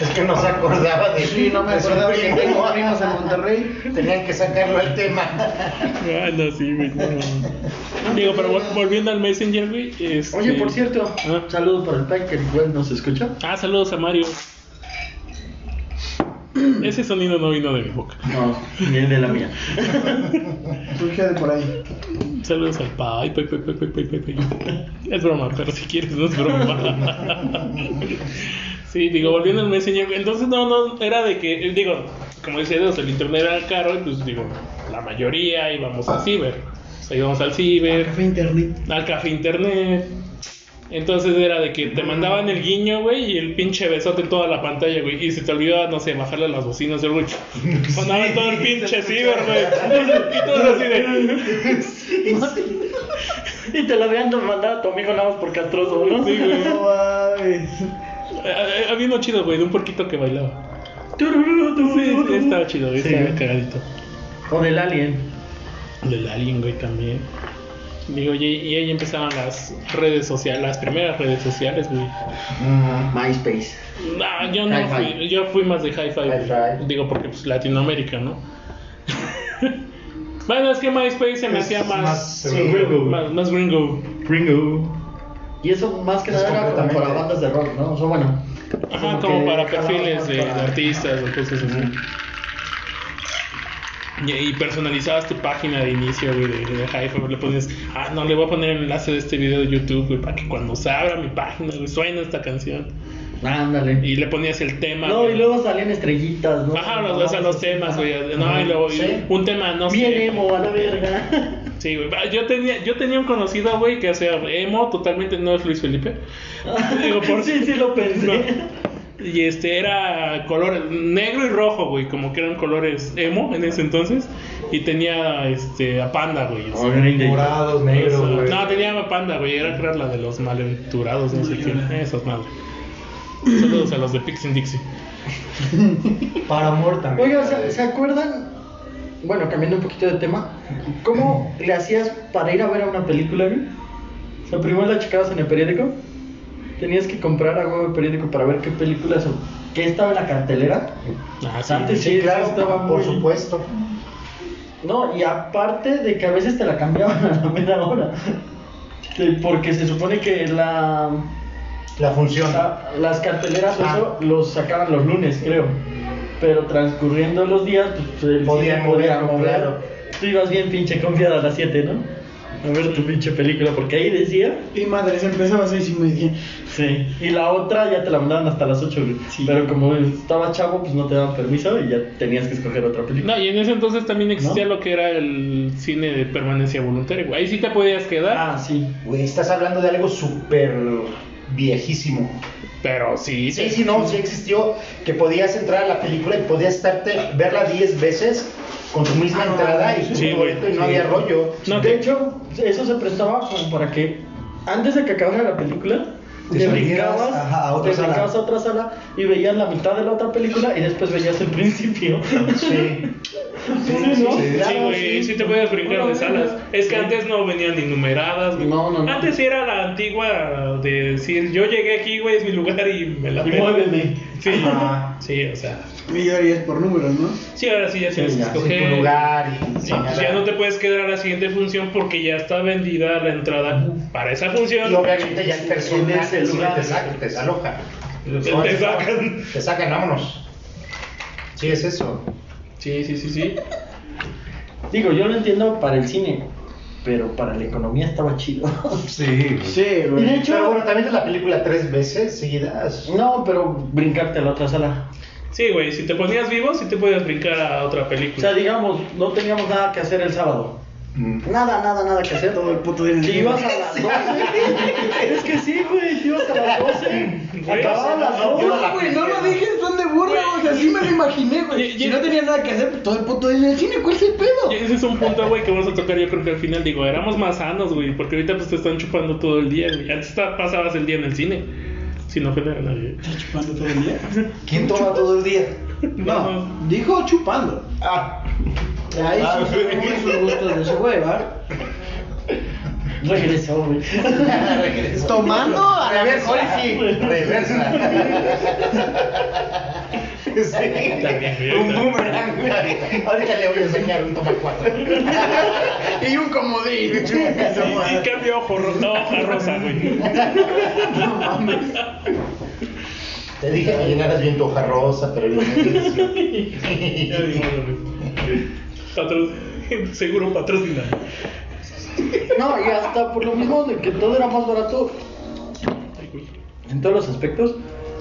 Es que no se acordaba de
Sí, no me
de su
acordaba que
primo.
tengo primos en Monterrey.
Tenían que sacarlo al tema.
Ah, no, sí, güey. no, no. Digo, pero vol- volviendo al Messenger, güey. este-
Oye, por cierto,
Ah.
saludos para el pack que el güey nos escucha.
Ah, saludos a Mario. Ese sonido no vino de mi boca.
No, ni el de la mía.
Surge de por ahí.
Saludos al Pai, Pai, Pai, Pai, Pai, Pai, Pai, Pai. Es broma, pero si quieres, no es broma. Sí, digo, volviendo al Messenger, entonces no, no, era de que, eh, digo, como decía Dios, el internet era caro, y pues digo, la mayoría íbamos al ciber. O sea, íbamos al ciber,
Café internet.
al café internet. Entonces era de que te mandaban el guiño, güey, y el pinche besote en toda la pantalla, güey. Y se te olvidaba, no sé, bajarle las bocinas del güey. Sonaba todo el pinche ciber, güey. Y todo así de.
Y te lo habían mandado a tu amigo nada más por castroso, ¿no?
Sí, güey.
No mames.
Ah, ah, Había uno chido, güey, de un porquito que bailaba.
Tururú,
Sí,
tururú.
sí, estaba chido, güey,
Sí.
estaba cagadito.
O del alien.
Del Alien, güey, también. Digo, y, y ahí empezaron las redes sociales, las primeras redes sociales, güey.
Ah,
MySpace.
Nah, yo no
Hi-Fi.
fui, yo fui más de hi-fi. güey.
Hi-Fi.
Digo, porque pues Latinoamérica, ¿no? bueno, es que MySpace se me
Es
hacía más,
más
sí,
gringo.
más, más gringo.
Ringo.
Y eso más que
Es
nada era como para
completamente-
bandas de rock, ¿no? O sea, bueno.
Ajá,
Como
como
que
para
jalaba
perfiles
más
de,
para-
de artistas o cosas así. Y, y personalizabas tu página de inicio, güey, de, de hi-fi. Le ponías, ah, no, le voy a poner el enlace de este video de YouTube, güey, para que cuando se abra mi página, güey, suene esta canción.
Ándale.
Y le ponías el tema.
No,
güey.
y luego salían estrellitas, ¿no?
Ajá, los, o sea, los temas, güey. No, y luego, y
Sí.
un tema, no
Bien
sé.
emo, a la verga.
Sí, güey. Va, Yo tenía, yo tenía un conocido, güey, que hacía emo, totalmente no es Luis Felipe. Digo, por
sí, sí lo pensé.
No. Y este era color negro y rojo, güey, como que eran colores emo en ese entonces. Y tenía este a panda, güey. o sea,
Morados, negros,
o sea,
güey.
no, tenía a panda, güey. Era era la de los malventurados, no sé qué. Esas madres. Saludos a los de Pixie Dixie.
Paramore también.
Oiga, ¿se, se acuerdan? Bueno, cambiando un poquito de tema, ¿cómo le hacías para ir a ver a una película? güey? O sea, primero la checabas en el periódico, tenías que comprar algo de periódico para ver qué películas o qué estaba en la cartelera.
Ah, sí.
Antes sí,
Sí, claro,
estaba
por
muy-
supuesto.
No, y aparte de que a veces te la cambiaban a la media hora. Sí, Porque se supone que la,
La función.
la- las carteleras o eso, los sacaban los lunes, creo. Pero transcurriendo los días, pues el cine
Podían
podía
moverlo,
mover.
claro.
Tú ibas bien pinche confiada a las 7, ¿no? A ver tu pinche película, porque ahí decía.
Y madre, se empezaba a seis y media.
Sí. Y la otra ya te la mandaban hasta las 8. Pero como estaba chavo, pues no te daban permiso y ya tenías que escoger otra película.
No, y en ese entonces también existía lo que era el cine de permanencia voluntaria, güey. Ahí sí te podías quedar,
Ah, sí.
Güey, estás hablando de algo súper viejísimo.
pero sí,
Sí, sí, no, sí existió que podías entrar a la película y podías estarte, verla 10 veces con tu misma
Ah,
entrada y tu
sí,
boleto
güey,
y no
sí.
había rollo.
No,
de
te-
hecho, eso se prestaba como para que antes de que acabara la película,
Te
te
salieras,
brincabas,
ajá, a otra
te
sala.
brincabas a otra sala y veías la mitad de la otra película y después veías el principio.
Sí. Sí,
Sí,
sí,
¿no?
sí.
Sí,
Claro,
güey, sí.
sí.
te podías brincar
Bueno,
de salas.
bueno.
Es que antes no venían enumeradas, güey.
No, no, no.
Antes era la antigua de decir, yo llegué aquí, güey, es mi lugar y me la
Y
pela.
muéveme.
Sí,
Ajá.
sí, o sea.
Y ahora ya es por números, ¿no?
Sí, ahora sí ya tienes que
Ya,
escoger.
tu lugar y
Sí,
chingada.
pues ya no te puedes quedar a la siguiente función porque ya está vendida la entrada para esa función.
Y obviamente ya el personaje
En ese
sí
lugar.
te saca, te desaloja.
Te sacan.
Te sacan, vámonos. Sí, es eso.
Sí, sí, sí, sí.
Digo, yo lo entiendo para el cine, pero para la economía estaba chido.
Sí, güey.
Sí,
Y de
güey.
hecho,
Pero bueno, también de la película tres veces seguidas.
no, pero brincarte a la otra sala.
Sí, güey, si te ponías vivo, sí te podías brincar a otra
O sea,
película.
digamos, no teníamos nada que hacer el sábado.
Mm.
Nada, nada, nada que hacer.
Todo el puto día en el
Que
cine.
ibas a las 12. es que sí, güey. que Ibas a las 12. Acababa a las
No,
12.
la-
No, güey, no lo dije en son de burla, o sea, sí me lo imaginé,
Y-
güey.
y-
Si no tenía nada que hacer, pues todo el puto día en el cine, ¿cuál es el pedo?
Y ese es un punto, güey, que vamos a tocar yo creo que al final. Digo, éramos más sanos, güey, porque ahorita pues te están chupando todo el día, güey. Antes ta- pasabas el día en el cine, sin ofender a nadie.
¿Estás chupando todo el día?
¿Quién toma todo el día?
No.
No, dijo chupando.
Ah,
Ahí
Ah,
sí se
güey.
toman sus gustos de ese güey, ¿verdad?
Regresó, güey.
Tomando a la
Reversa.
mejor y sí.
Reversa. Sí.
También, güey,
un
ahorita.
boomerang. güey. Ahorita le voy a enseñar un toma cuatro.
Y un comodín.
Y, y cambio ojo, ro- no, hoja rosa, güey.
Te dije que llenaras bien tu hoja rosa, pero yo no
Ya ni modo, güey. Patro- Seguro patrocina.
No, y hasta por lo mismo de que todo era más barato
Ay, güey.
en todos los aspectos,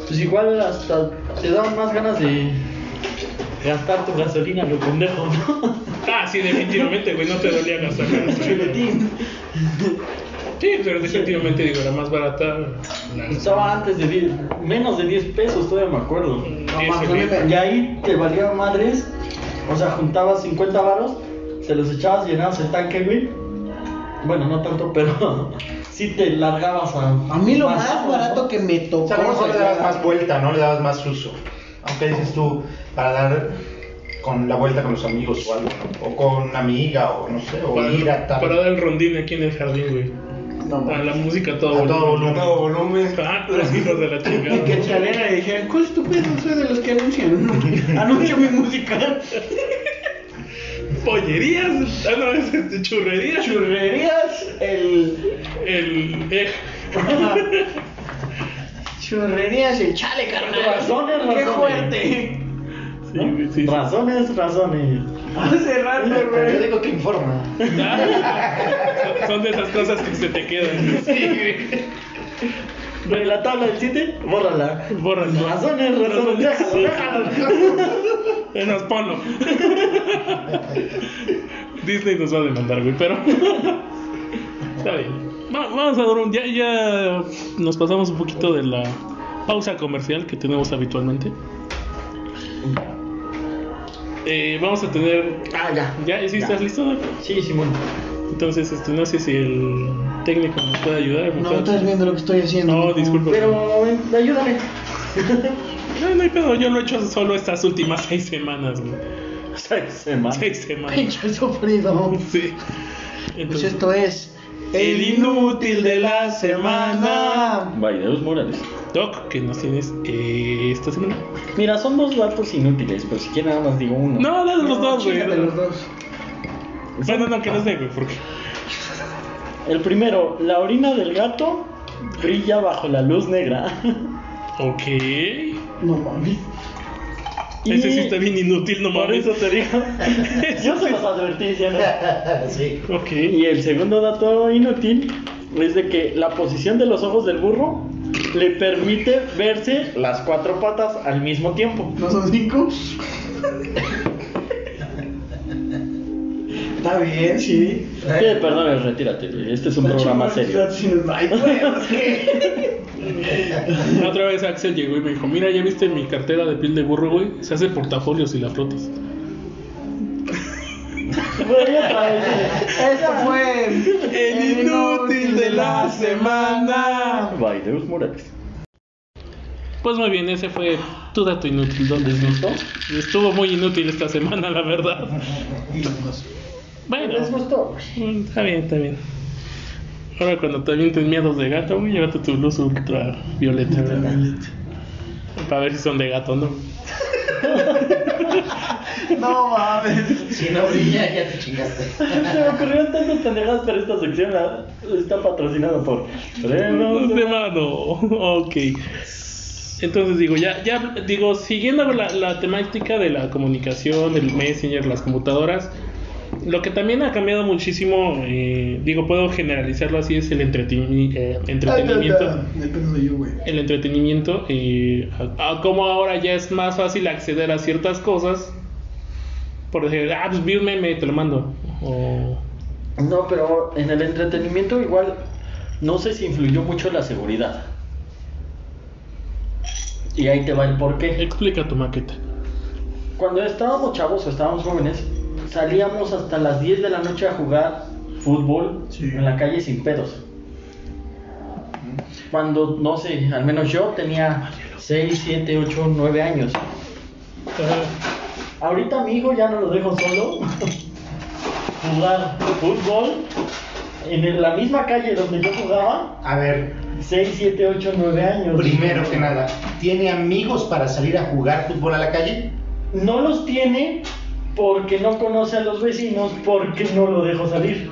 pues igual hasta te daban más ganas de gastar tu gasolina, lo pendejo, ¿no?
Ah, sí, definitivamente, güey, no te dolía gastar.
Chuletín.
Sí, pero definitivamente, digo, era más barata. la-
Estaba antes de 10, menos de 10 pesos, todavía me acuerdo.
No,
Mamá,
ese,
no
güey.
me-
Y ahí te valía madres, o sea, juntabas 50 varos, se los echabas, llenabas el tanque, güey. Bueno, no tanto, pero sí te largabas a.
A mí lo más
masazo,
barato
¿no?
que me tocó.
O sea, a lo mejor le
sería-
dabas más vuelta, ¿no? Le dabas más uso. Aunque dices tú, para dar con la vuelta con los amigos o algo, ¿no? O con una amiga, o no sé, o
Para,
ir a tal.
para dar el rondín aquí en el jardín, güey.
No,
a la música a todo
a todo
volumen.
volumen.
Todo volumen.
Ah, los hijos de la
Y que
chingada.
chalera le dijeron, ¿cuál es tu pedo? Soy de los que anuncian. Anuncio mi música.
Pollerías. Ah, no, es este, churrerías.
Churrerías, el.
El eh,
Churrerías, el chale, carnal.
Razones,
Qué
razones.
fuerte.
Sí, güey, sí, sí.
Razones, razones.
Hace rato,
Pero yo
güey.
digo que informa.
Ah, son- Son de esas cosas que se te quedan. Sí,
De la tabla del 7, bórrala.
Borra.
Razones, razones. déjalo, déjalo.
Enos, Eh, ponlo. Disney nos va a demandar, güey, pero. Está bien. Va- vamos a dar un. Ya, ya nos pasamos un poquito de la pausa comercial que tenemos habitualmente. Eh, vamos a tener.
Ah, ya.
¿Ya? ¿Sí estás listo? Doc?
Sí, Simón.
Entonces, este, no sé si el técnico nos puede ayudar. ¿me
No
puede-
estás viendo lo que estoy haciendo.
No, disculpa.
Pero ven, ayúdame.
No, no hay pedo, yo lo he hecho solo estas últimas seis semanas, güey.
Seis semanas.
Seis semanas.
Ah. Pinche sufrido.
Sí.
Pues
Entonces,
esto es.
el inútil de la semana.
Semana.
Vaideus Morales.
Doc, ¿qué nos tienes eh, esta semana?
Mira, son dos datos inútiles, pero si quieren nada más digo uno.
No, dale los
No,
dos, güey.
chíngate los dos.
Bueno, no, que no sé, güey, porque.
El primero, la orina del gato brilla bajo la luz negra.
Ok.
No mames.
Ese sí está bien inútil, no
Por
mames.
eso te digo. Yo se los advertí, ¿sí o no?
sí.
Ok.
Y el segundo dato inútil es de que la posición de los ojos del burro le permite verse las cuatro patas al mismo tiempo.
¿No son cinco? Está bien, sí.
Eh, perdón, retírate. Este es un programa serio.
Ay, güey, es que-
La otra vez Axel llegó y me dijo: Mira, ya viste mi cartera de piel de burro, güey. Se hace portafolios y la flotas.
Bueno, otra vez.
Esto fue.
El inútil de la semana.
Bye, Deus Morales.
Pues muy bien, ese fue tu dato inútil, ¿dónde es gustó? Estuvo muy inútil esta semana, la verdad. Bueno,
¿Les Pues gustó?
mm, está bien, está bien. Ahora cuando también tienes miedos de gato, güey, llévate tu luz ultravioleta. Para ver si son de gato, ¿no?
No mames.
Si no brilla, ya te chingaste.
Se me ocurrieron tantas pendejadas, pero esta sección la- está patrocinada por Frenos
Dos de
de-
mano. Ok. Entonces digo, ya, ya digo, siguiendo la, la temática de la comunicación, el Messenger, las computadoras, lo que también ha cambiado muchísimo, eh, digo, puedo generalizarlo así, es el entreteni- eh, entretenimiento.
El pedo soy yo, güey.
El entretenimiento, eh, a- a como ahora ya es más fácil acceder a ciertas cosas. Por decir, ah, pues vi un meme, te lo mando. O,
No, pero en el entretenimiento igual no sé si influyó mucho la seguridad. Y ahí te va el porqué.
explica tu maqueta.
Cuando estábamos chavos o estábamos jóvenes, salíamos hasta las 10 de la noche a jugar fútbol
Sí.
en la calle sin pedos. Cuando, no sé, al menos yo tenía 6, 7, 8, 9 años.
Ah,
Ahorita mi hijo ya no lo dejo solo jugar fútbol en el- la misma calle donde yo jugaba,
A ver,
6, 7, 8, 9 años.
primero que nada, ¿tiene amigos para salir a jugar fútbol a la calle?
No los tiene porque no conoce a los vecinos, porque no lo dejo salir.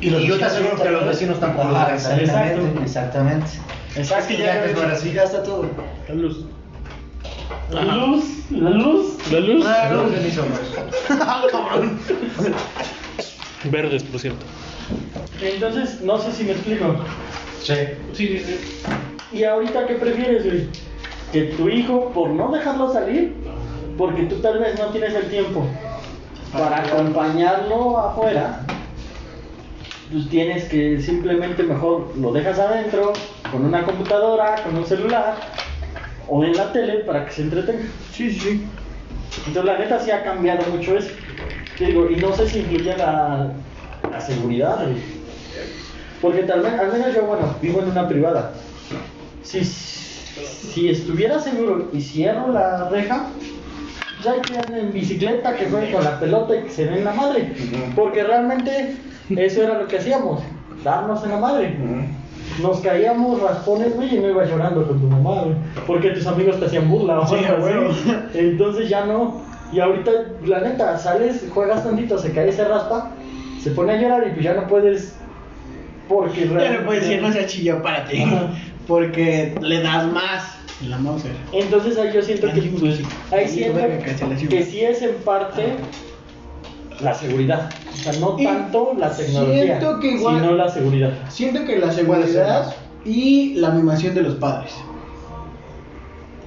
Y los yo te aseguro que los vecinos tampoco los
Ah,
dejan salir.
exactamente, exactamente.
Es que ya antes no era así.
Ya está todo.
la luz.
La luz, la luz.
La luz. Ah.
Claro, permiso, cabrón.
Verdes, por cierto.
Entonces, no sé si me explico.
Sí.
Sí, sí, sí.
¿Y ahorita qué prefieres, güey? Que tu hijo, por no dejarlo salir, porque tú tal vez no tienes el tiempo para acompañarlo afuera, pues tienes que simplemente mejor lo dejas adentro, con una computadora, con un celular, o en la tele para que se entretenga.
Sí, sí.
Entonces, la neta sí ha cambiado mucho eso. Te digo, y no sé si incluye la, la seguridad, güey. Porque tal vez, al menos yo, bueno, vivo en una privada. Si, si estuviera seguro y cierro la reja, ya hay que anden en bicicleta, que jueguen con la pelota y que se den la madre. Porque realmente eso era lo que hacíamos, darnos en la madre. Nos caíamos raspones, güey, y no ibas llorando con tu mamá, güey. Porque tus amigos te hacían burla,
Sí,
güey.
a huevo.
Entonces ya no. Y ahorita, la neta, sales, juegas tantito, se cae, se raspa, se pone a llorar y pues ya no puedes. Porque
Ya
realmente-
le puedes decir, no seas chillón, párate.
Ajá.
Porque le das más. La Mauser.
Entonces ahí yo siento que. Ahí siento
Verga, que se la
que
llevo.
sí es en parte la seguridad. O sea, no
Y
tanto la tecnología,
siento que igual-
sino la seguridad.
Siento que la seguridad y la mimación de los padres.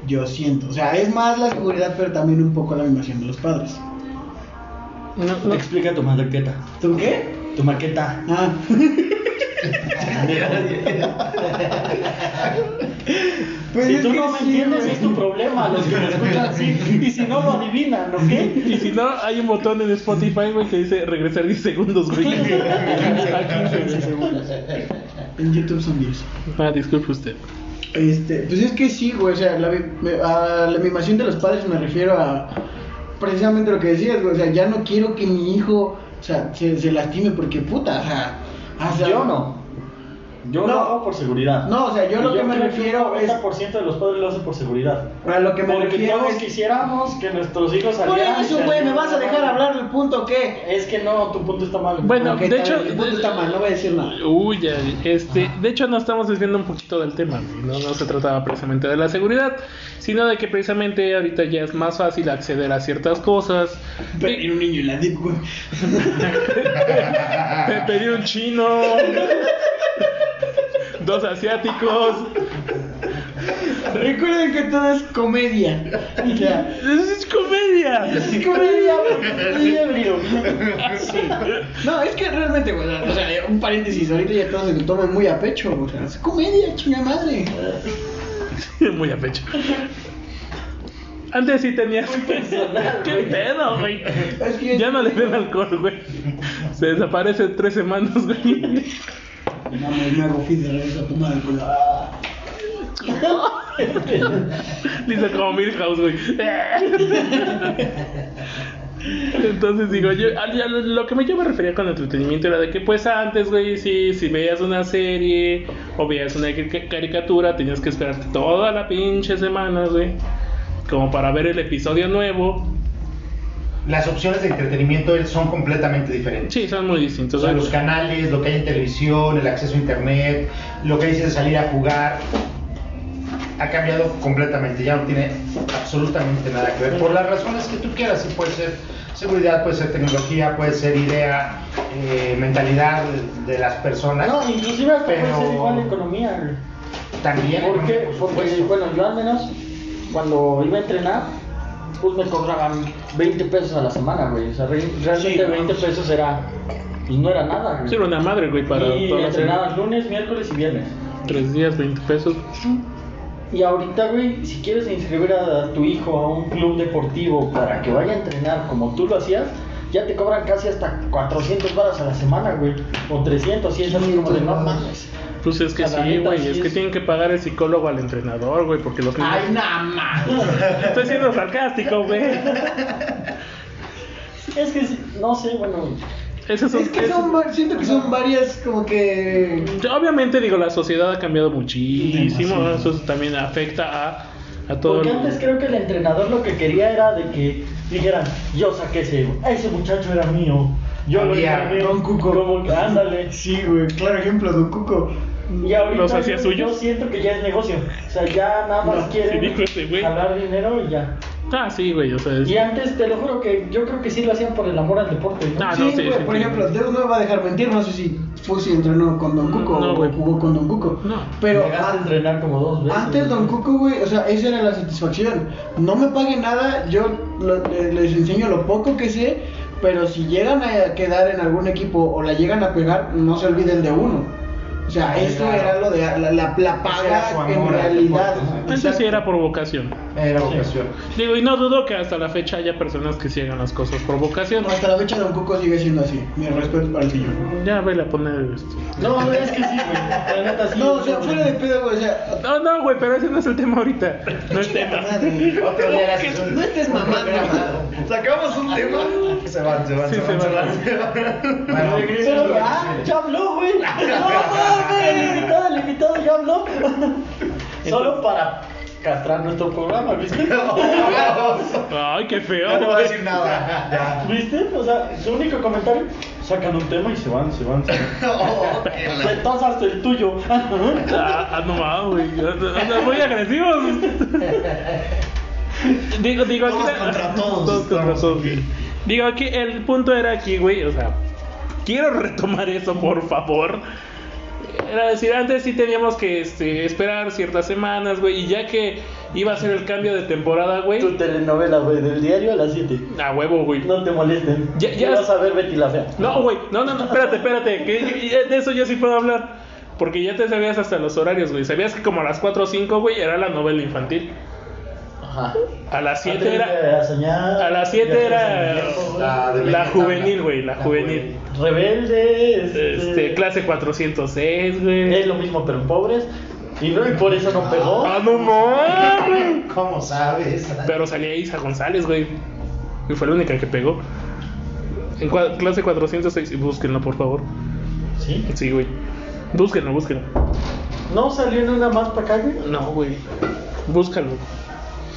Yo siento. O sea, es más la seguridad, pero también un poco la mimación de los padres.
Explica tu maqueta.
¿Tú qué?
Tu maqueta.
Ah. Pues
si
es
tú
que
no me
sí,
entiendes,
güey.
es tu problema. Los que me escuchan así. Y si no lo adivinan, ¿ok?
Y si no, hay un botón en Spotify, güey, que dice regresar 10 segundos, güey. A 15 segundos.
En YouTube son 10.
Ah, disculpe usted.
Este, pues es que sí, güey, o sea, la, vi- me- a la mimación de los padres me refiero a precisamente lo que decías, güey, o sea, ya no quiero que mi hijo, o sea, se, se lastime porque puta, o sea, hasta-
Yo no. Yo no,
No.
lo hago por seguridad.
No, o sea, yo
Y
lo que me
creo
refiero
el
es
90% de los padres lo hace por seguridad.
a lo que me
Porque
refiero
todos
es
quisiéramos que nuestros hijos
Por
salieran.
eso,
y
güey, me
salieran
vas a dejar
mal.
hablar el punto que
Es que no, tu punto está mal.
Bueno,
Ok,
de
está
hecho.
bien, el punto está mal, no voy a decir nada.
Uy, ya, este, de hecho nos estamos desviando un poquito del tema, güey, no, no se trataba precisamente de la seguridad, sino de que precisamente ahorita ya es más fácil acceder a ciertas cosas,
Pero un niño en la dip, güey.
Te pedí un chino, dos asiáticos,
Recuerden que todo es comedia. O sea,
eso es comedia.
es comedia, ebrio. Sí. No, es que realmente, güey, o sea, un paréntesis, ahorita ya todos se lo toman muy a pecho, o sea, es comedia, chinga madre.
Muy a pecho. Antes sí tenías. ¿Qué pedo, güey?
Es que-
Ya no le den alcohol, güey. Se desaparece tres semanas, güey.
No, me, me hago fit de regreso a tu madre, güey. Ah.
Dice como Milhouse, güey. Entonces digo, yo, a- a lo- lo que me- yo me refería con entretenimiento era de que pues antes, güey, si, si veías una serie o veías una cari- caricatura, tenías que esperarte toda la pinche semana, güey, como para ver el episodio nuevo.
Las opciones de entretenimiento son completamente diferentes.
Sí, son muy
O
distintos.
sea,
güey.
los canales, lo que hay en televisión, el acceso a internet, lo que dices de salir a jugar, ha cambiado completamente, ya no tiene absolutamente nada que ver. Por las razones que tú quieras, sí, puede ser seguridad, puede ser tecnología, puede ser idea, eh, mentalidad de, de las personas.
No, inclusive hasta
Pero-
puede ser igual la economía. güey.
También.
¿Por qué?
por
Porque,
supuesto.
bueno, yo al menos cuando iba a entrenar, pues me cobraban 20 pesos a la semana, güey. O sea, re- realmente
Sí,
20 pesos era, pues no era nada, güey.
Sí, era una madre, güey, para
y
todas las
entrenabas lunes, miércoles y viernes.
tres días, 20 pesos.
Y ahorita, güey, si quieres inscribir a tu hijo a un club deportivo para que vaya a entrenar como tú lo hacías, ya te cobran casi hasta 400 varas a la semana, güey. O 300, si es así como de no mames.
Pues es que
O sea, la
sí,
neta,
güey,
sí
es
es-
que tienen que pagar el psicólogo al entrenador, güey, porque los niños...
Ay, nada más.
Estoy siendo sarcástico, güey.
Es que, sí, no sé, bueno,
Ese es un-
Es que
ese-
son, va- siento que son varias, como que.
Yo, Obviamente, digo, la sociedad ha cambiado muchísimo. ¿no? Eso también afecta a, a todo
porque
el-
antes creo que el entrenador lo que quería era de que dijeran, yo saqué ese, ese muchacho era mío. Yo lo
Había
entrené,
Don Cuco.
Como que, ándale.
Sí, güey, claro ejemplo, Don Cuco.
Y ahorita
¿Los hacía
yo,
suyos?
yo siento que ya es negocio. O sea, ya nada más
No, sí
quieren
dijo ese güey.
jalar dinero y ya.
Ah, sí, güey, o sea. es-
Y antes, te lo juro que yo creo que sí lo hacían por el amor al deporte. ¿no?
Ah,
sí,
no, sí,
güey,
sí,
por
sí.
ejemplo, Dios no me va a dejar mentir, no sé si Fusi entrenó con Don Cuco
Mm, No, güey.
o jugó con Don Cuco.
No.
Pero
Llegaste a
an-
entrenar como dos
Pues,
veces.
eh,
antes Don Cuco, güey, o sea, esa era la satisfacción. No me paguen nada, yo lo- le- les enseño lo poco que sé, pero si llegan a quedar en algún equipo o la llegan a pegar, no se olviden de uno. O sea, esto era lo de la, la, la
Era su
paga en
amor al
realidad.
deporte, ¿no?
Eso sí era por vocación.
Era vocación.
Digo, y no dudo que hasta la fecha haya personas que sí hagan las cosas por vocación.
Hasta la fecha Don Cuco sigue siendo así. Mi respeto para el señor.
Ya vele a poner este. esto.
No, no, es que sí, güey. La neta sí.
No, o sea, fuera de pedo, güey. O sea,
No, no, güey, pero ese no es el tema ahorita. No es tema.
madre.
Otro día la sesión.
No estés mamando.
Sacamos un tema. Se van, se van,
Sí,
se van.
se
Se
va.
van.
Bueno,
Pero
ah,
ya, ya habló, güey. No mames, el invitado, el invitado ya habló.
Solo para castrar nuestro programa, ¿viste?
Ay, qué
Ya
feo.
no voy a
güey.
decir nada. Ya.
¿Viste? O sea, su único comentario, sacan un tema y se van, se van, se van. Entonces hasta el tuyo.
Ah, ah, no va, güey. Andan muy agresivos. Digo, digo, aquí.
Todos contra todos.
Todos contra todos, güey. Digo, aquí el punto era aquí, güey. O sea, quiero retomar eso, por favor. Era decir, antes sí teníamos que este, esperar ciertas semanas, güey. Y ya que iba a ser el cambio de temporada,
Tu
güey.
telenovela, güey, del diario a las 7.
A huevo, güey.
No te molesten.
Ya- ya-
vas a ver Betty la fea.
No, güey, no, no, no, espérate, espérate, que yo- yo- de eso yo sí puedo hablar. Porque ya te sabías hasta los horarios, güey. Sabías que como a las 4 o 5, güey, era la novela infantil.
Ajá.
A las 7
Antes
era.
de la señal,
A las 7
ya
era.
sabes, el
La de
La
media
juvenil,
tabla.
güey, la juvenil.
Rebelde, este,
Este, clase 406,
es
güey.
lo mismo pero en pobres y no y por eso no pegó.
¡Ah, no mames!
¿Cómo sabes?
Pero salía Isa González, güey. Y fue la única que pegó. En cua- clase 406, y búsquenlo, por favor.
Sí.
Sí, güey. Búsquenlo, búsquenlo.
No salió en una más para acá, güey.
No, güey. Búscalo.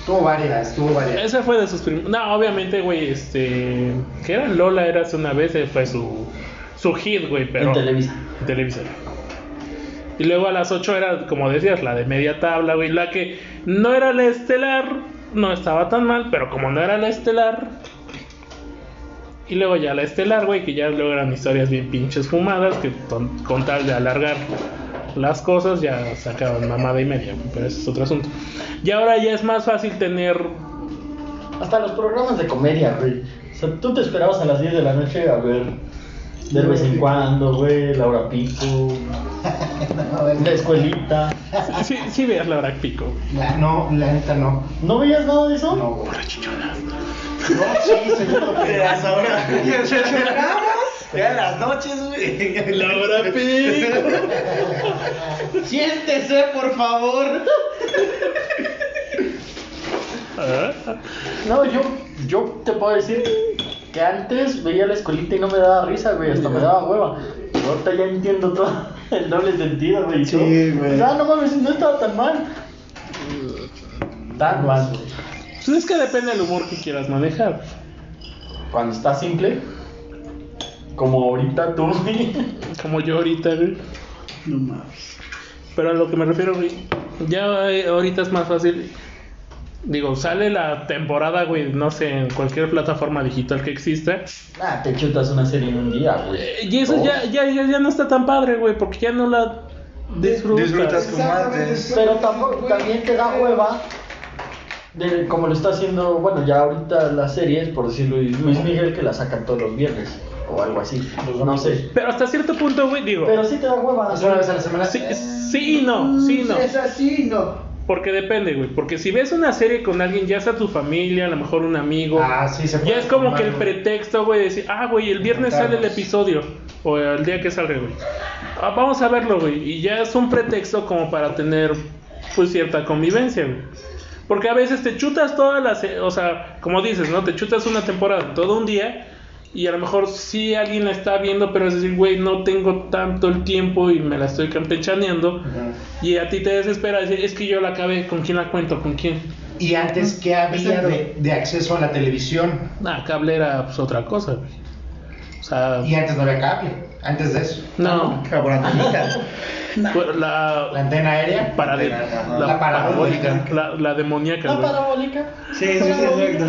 Tuvo varias, tuvo varias.
Esa fue de sus primeros. No, obviamente, güey, este. Que era Lola, era hace una vez, eh, fue su. Su hit, güey, pero.
En Televisa.
En Televisa. Y luego a las 8 era, como decías, la de media tabla, güey, la que no era la estelar, no estaba tan mal, pero como no era la estelar. Y luego ya la estelar, güey, que ya luego eran historias bien pinches fumadas, que ton- con tal de alargar las cosas ya sacaban mamada y media, güey, pero ese es otro asunto. Y ahora ya es más fácil tener
Hasta los programas de comedia, güey. O sea, tú te esperabas a las 10 de la noche a ver de vez en cuando, güey, Laura Pico, la escuelita.
Ah, Sí, sí veas la hora pico.
La- no, la neta no.
¿No veías nada de eso?
No, güey. Por chichona. No, sí, seguro que
Las horas. Ya en las noches, güey.
hora pico.
Siéntese, por favor.
¿Eh?
No, yo, yo te puedo decir que antes veía la escuelita y no me daba risa, güey, hasta me daba hueva. Pero ahorita ya entiendo todo el doble sentido, güey. Ah,
Sí, güey.
No, no mames, no estaba tan mal. Tan mal, güey.
Pues es que depende del humor que quieras manejar.
Cuando está simple, como ahorita tú, güey.
Como yo ahorita, güey.
No mames.
Pero a lo que me refiero, güey. Ya eh, ahorita es más fácil. Digo, sale la temporada, güey, no sé, en cualquier plataforma digital que exista.
Ah, te chutas una serie en un día, güey.
Eh, Y
Oh.
eso ya, ya, ya, ya no está tan padre, güey, porque ya no la disfrutas.
Disfrutas como antes.
Pero tampoco, también te da hueva. de como lo está haciendo, bueno, ya ahorita las series, por decirlo, y Luis Miguel, que la sacan todos los viernes o algo así. No sé.
Pero hasta cierto punto, güey, digo.
Pero sí te da hueva.
Es una vez a la semana.
Sí, sí y no, sí y no.
Es así, no.
Porque depende, güey. Porque si ves una serie con alguien, ya sea tu familia, a lo mejor un amigo.
Ah, sí, se
Ya
puede
es como que el
tomar, güey.
pretexto, güey, de decir, ah, güey, el viernes sale el episodio. O el día que sale, güey. Ah, vamos a verlo, güey. Y ya es un pretexto como para tener, pues, cierta convivencia, güey. Porque a veces te chutas todas las. O sea, como dices, ¿no? Te chutas una temporada todo un día. Y a lo mejor sí alguien la está viendo, pero es decir, güey, no tengo tanto el tiempo y me la estoy campechaneando. Y a ti te desespera decir, es que yo la acabé, ¿con quién la cuento? ¿Con quién?
Y antes, ¿qué
Mm,
había
Exacto.
de, de acceso a la televisión?
Ah, cable era pues otra cosa, güey. O sea,
Y antes no había cable. Antes de eso.
no.
Por antenita.
Fue La,
La antena aérea.
para de-
Ajá.
la
La parabólica.
La, la demoníaca,
La
güey.
parabólica.
Sí, sí, sí, exacto.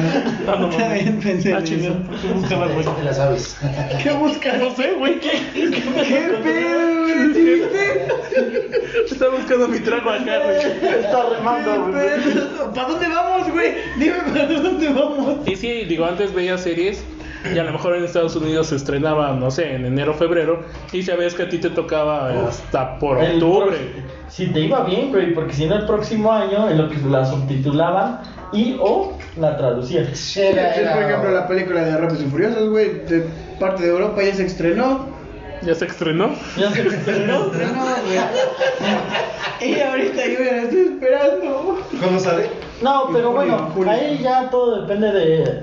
Ah, no, mames.
También pensé
Ah,
en eso.
chingada. ¿Qué buscabas, güey?
Eso te la sabes.
¿Qué buscas?
No sé, güey.
¿Qué pedo, güey? ¿Sí viste?
Está buscando mi trago acá, güey.
Está remando, güey.
¿Para dónde vamos, güey? Dime para dónde vamos.
Y sí, digo, antes veía series Y a lo mejor en Estados Unidos se estrenaba, no sé, en enero, febrero. Y sabías que a ti te tocaba hasta por
El
octubre.
pro- Si te iba bien, güey, porque si no el próximo año en lo que la subtitulaban y o la traducían.
Era-
Sí, Este, por
era-
ejemplo, la película de Rápidos y Furiosos, güey, de parte de Europa ya se estrenó.
Ya se estrenó.
Ya se estrenó.
Estrenó, güey. y ahorita yo ya la estoy esperando.
¿Cuándo sale?
No, pero bueno,
Julio.
ahí ya todo depende de.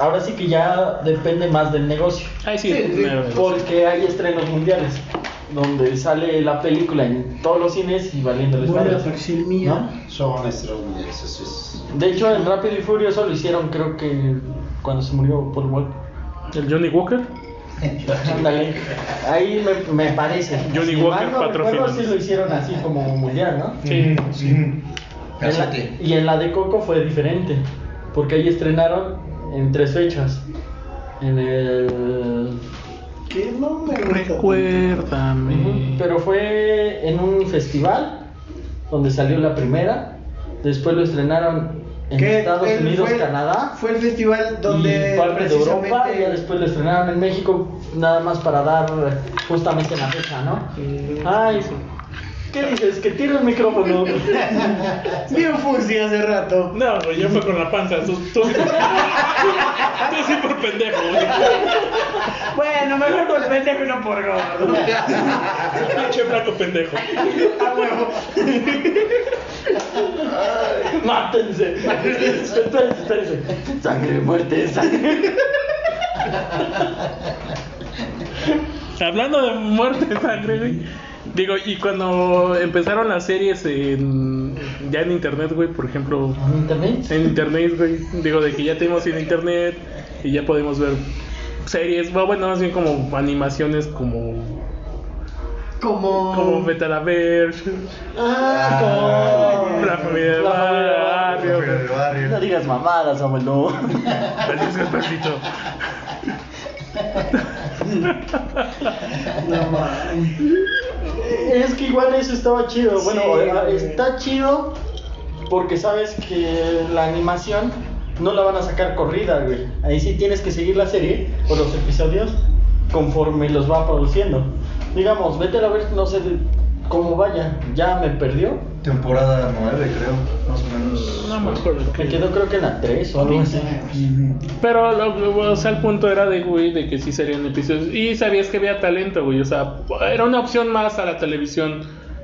Ahora sí que ya depende más del negocio.
Ay, sí,
Sí, sí,
me-
Porque hay estrenos mundiales donde sale la película en todos los cines y valiéndoles
Vuelve a
madres,
aparecer mía.
¿no?
Son estrenos mundiales, eso es.
De hecho, en Rápido y Furioso lo hicieron, creo que cuando se murió Paul Walker.
el Johnny Walker.
Ándale. Ahí me, me parece.
Johnny
Si mal
Walker
no recuerdo,
patrocina.
sí lo hicieron así como mundial, ¿no?
Sí.
Sí.
En la- y en la de Coco fue diferente, porque ahí estrenaron en tres fechas. En el...
Que no me gusta.
Recuérdame.
Pero fue en un festival donde salió la primera, después lo estrenaron en
Que
Estados
él
Unidos,
fue-
Canadá,
Fue el festival donde
y parte de Europa, y ya
precisamente-
después lo estrenaron en México, nada más para dar justamente la fecha, ¿no? Ay, ¿qué dices? Que tiro el micrófono.
Bien Fursi hace rato.
No, güey, yo fue con la panza. Tú, tú, tú sí por pendejo, güey.
Bueno, mejor por pendejo y no por gordo. Ah,
Pinche flaco pendejo.
Mátense. Espérense, espérense. Sangre, muerte, sangre.
Hablando de muerte de sangre, güey. Digo, y cuando empezaron las series en, ya en internet, güey, por ejemplo,
¿Internet?
en internet, güey, digo, de que ya tenemos en internet y ya podemos ver series, bueno, bueno, más bien como animaciones como,
Como.
como Betalaverse,
Ah,
Ah,
como-
La Familia del
La Familia del
Barrio,
Pero el barrio.
No digas mamadas, abuelo.
Felices Perrito.
Es que igual eso estaba chido. Bueno, ah,
güey.
está chido porque sabes que la animación no la van a sacar corrida, güey. Ahí sí tienes que seguir la serie o los episodios conforme los va produciendo. Digamos, vete a ver, no sé de- cómo vaya. Ya me perdió.
Temporada 9, creo, más o menos.
No me acuerdo.
Me
qué-
quedó creo que en la 3 o algo así.
Pero lo, o sea, el punto era de, güey, de que sí serían episodios. Y sabías que había talento, güey. O sea, era una opción más a la televisión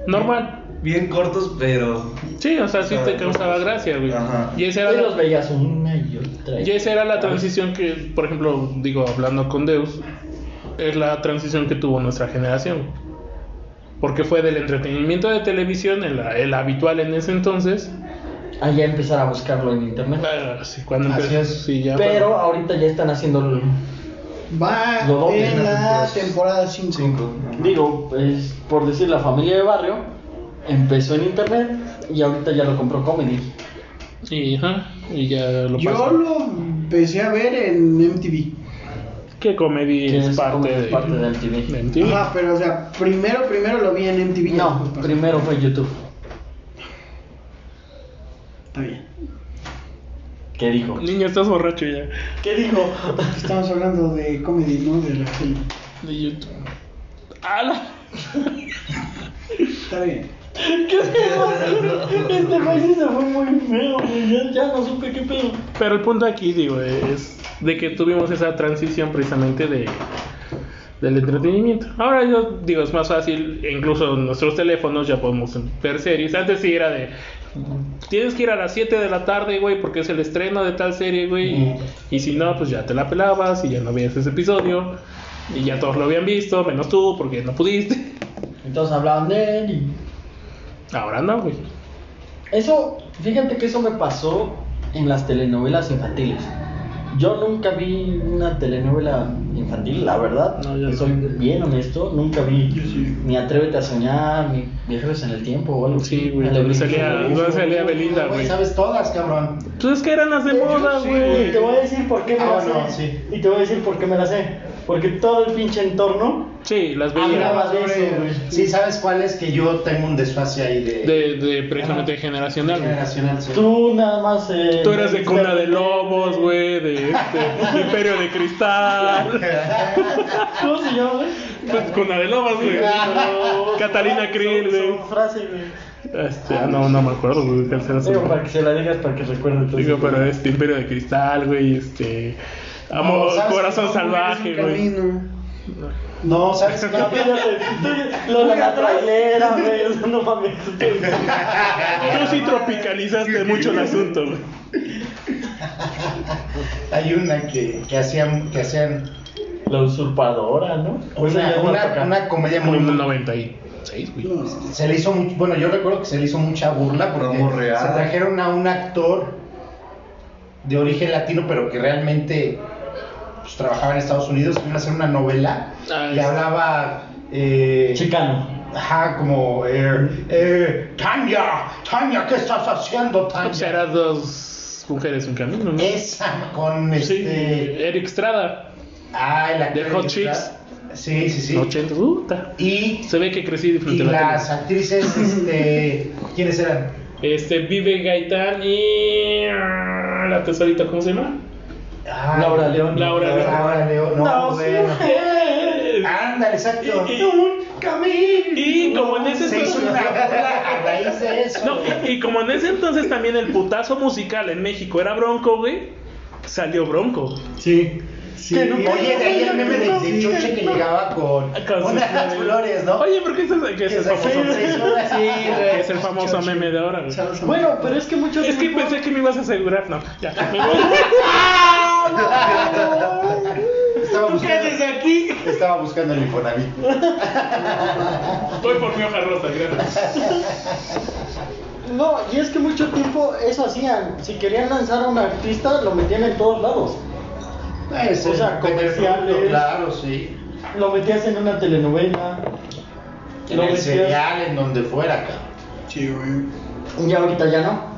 normal.
Bien cortos, pero.
Sí, o sea, sí te causaba gracia, güey.
Ajá.
Y esa
Y
era
los
la,
veías una y otra.
y esa era la transición que, por ejemplo, digo, hablando con Deus, es la transición que tuvo nuestra generación. Porque fue del entretenimiento de televisión, el, el habitual en ese entonces.
Allá empezar a buscarlo en internet.
Ah, sí, cuando
Así
empezó.
es.
sí, ya,
Pero ahorita ya están haciendo el-
Va
Lo doble,
en la
¿no?
temporada 5.
5.
Digo, pues, por decir, la familia de barrio empezó en internet y ahorita ya lo compró Comedy.
Y, ajá, y ya lo
Yo
pasó.
lo empecé a ver en MTV.
Que comedia
Que
es,
es
parte,
como es
de,
parte de MTV.
de MTV.
Ajá, pero o sea, primero, primero lo vi en MTV.
No,
Pues,
primero fue YouTube.
Está bien.
¿Qué dijo?
Niño, estás borracho ya.
¿Qué dijo?
Estamos hablando de comedy, ¿no? De la tele.
De YouTube. ¡Hala!
Está bien.
¿Qué pedo? Este país sí se fue muy feo, güey. ya, ya no supe qué pedo.
Pero el punto aquí, digo, es de que tuvimos esa transición precisamente de del entretenimiento. Ahora yo digo, es más fácil, e incluso en nuestros teléfonos ya podemos ver series. Antes sí era de tienes que ir a las 7 de la tarde, güey, porque es el estreno de tal serie, güey, y- y, si no, pues ya te la pelabas y ya no veías ese episodio y ya todos lo habían visto, menos tú porque no pudiste.
Entonces hablaban de él y
Ahora no, güey.
Eso, fíjate que eso me pasó en las telenovelas infantiles. Yo nunca vi una telenovela infantil, la verdad.
No, yo
Te
no.
soy bien honesto, nunca vi ni Atrévete a soñar, ni Viajeros en el tiempo o algo
Sí,
así.
güey,
A la
donde
Belinda,
salía,
güey.
donde salía Belinda,
Güey,
güey.
sabes todas, cabrón.
Pues es que eran las de moda,
sí,
güey.
Y te voy a decir por qué me
Ah,
la
bueno,
sé.
sí.
Y te voy a decir por qué me la sé. Porque todo el pinche entorno
Sí, las veía.
hablaba
Hablaba
de
sobre-
eso, güey.
Sí, ¿sabes cuál es? Que yo tengo un desfase ahí de...
De, de precisamente generacional. güey.
Generacional, sí.
Tú nada más. eh,
Tú eras de cuna de lobos, güey, serie de este, Imperio de Cristal.
¿Cómo se llama, güey?
Pues con la de Lobas, güey. Catalina Krill, güey.
Su frase, güey.
Este, ah, no, no me acuerdo, güey. ¿cuál será su
Digo, para
nombre?
que se la digas para que recuerde. todo
Digo,
eso.
pero este Imperio de Cristal, güey. Este. Amo,
No, ¿sabes
corazón
qué? No,
salvaje, güey.
No, ¿sabes qué?
No, fíjate, tú- Lo de la trailera, güey. o sea, No mames.
Tú sí tropicalizaste mucho el asunto, güey.
Hay una que, que hacían, que hacían
La usurpadora, ¿no? O sea,
una,
ya no
una,
toca.
una comedia
Como
muy,
en el 96, güey.
se le hizo mucho, bueno, yo recuerdo que se le hizo mucha burla porque
Como real.
se trajeron a un actor de origen latino, pero que realmente pues, trabajaba en Estados Unidos, iban a hacer una novela
Ah,
y
es-
hablaba eh,
Chicano.
ajá, como eh, eh, Tania, Tania, ¿qué estás haciendo, Tania?
Será Pues dos mujeres un camino, ¿no?
Esa con
Sí,
este,
Eric Strada,
ah, el actor
de Hot
que
Chicks.
está- Sí, sí, sí.
80, puta.
Y
Se ve que crecí
y
frente a la
las actrices, este, ¿quiénes eran?
tele. Este, Vive Gaitán y. ah, La tesorita, ¿cómo se llama?
Ah,
Laura León.
Laura León.
Laura León. No,
Ah,
bueno. Ándale, exacto.
Y- y- Y como en ese
Se hizo
entonces.
una bola a raíz de eso.
No, y, y como en ese entonces también el putazo musical en México era bronco, güey. Salió bronco.
Sí. Sí.
Que no- Oye, de ahí el meme de, de Chuche que llegaba con,
Con sus
unas flores, ¿no?
Oye, ¿por qué es, ese- que es
Que
el
se-
famoso?
sí, sí, güey.
que es el famoso meme de ahora, güey.
Bueno, pero es que muchos.
Es que pensé que me ibas a asegurar, no. Ya, me voy.
Estaba buscando,
aquí.
estaba buscando el Infonavit.
Voy por mi hoja rosa, gracias.
No, y es que mucho tiempo eso hacían. Si querían lanzar a un artista, lo metían en todos lados.
Es
O
el
sea,
primer
comerciales.
producto, Claro, sí.
Lo metías en una telenovela.
En
lo
el
metías-
cereal, en donde fuera, cabrón.
Sí, güey.
Y ahorita ya no.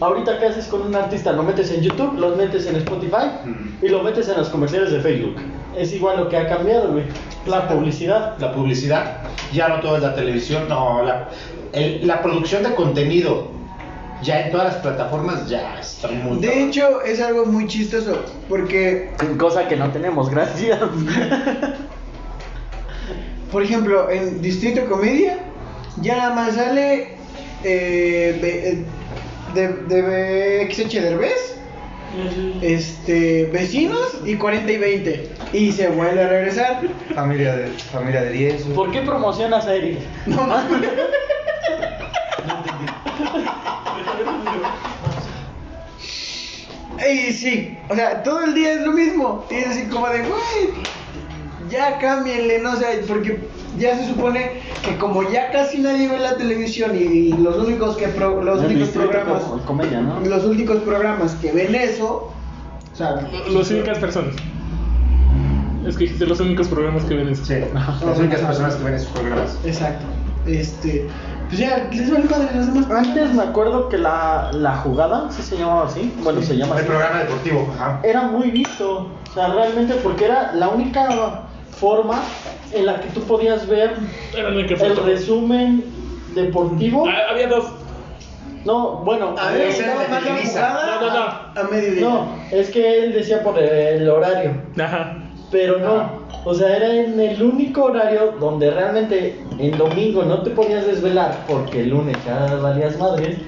Ahorita, ¿qué haces con un artista? Lo metes en YouTube, lo metes en Spotify
Mm.
y lo metes en los comerciales de Facebook. Es igual lo que ha cambiado, güey. La publicidad.
la publicidad, ya no todo es la televisión, no, la, el- la producción de contenido, ya en todas las plataformas ya está muy...
De hecho, es algo muy chistoso, porque,
Cosa que no tenemos, gracias.
por ejemplo, en Distrito Comedia, ya nada más sale eh, Be- eh, de, de, BXH Derbez, este, Vecinos y 40 y 20. Y se vuelve a regresar.
Familia de, familia de 10. güey.
¿Por qué promocionas a Eric?
No mames. Y sí, o sea, todo el día es lo mismo. Y es así como de, güey, ya cámbienle, no sé, porque ya se supone que como ya casi nadie ve la televisión y, y los únicos que pro- los únicos programas,
comedia, ¿no?
los únicos programas que ven eso, o sea,
Los únicas personas. Es que dijiste los únicos programas que ven eso.
Sí, las únicas personas que ven esos programas.
exacto. Este, pues ya les vale madre los demás.
Antes me acuerdo que la, la jugada, sí se llamaba así, bueno, se llama
El
así,
programa deportivo, ajá.
era muy visto, o sea, realmente porque era la única forma en la que tú podías ver
Era el que
el
faltó.
resumen deportivo.
Ah, había dos.
No, bueno,
A ver,
Ese
¿no?
era de
Más la
Televisa.
jugada
No, no, no.
a- A mediodía.
no, es que él decía por el horario,
Ajá.
pero no, o sea, era en el único horario donde realmente en domingo no te podías desvelar porque el lunes ya valías madres,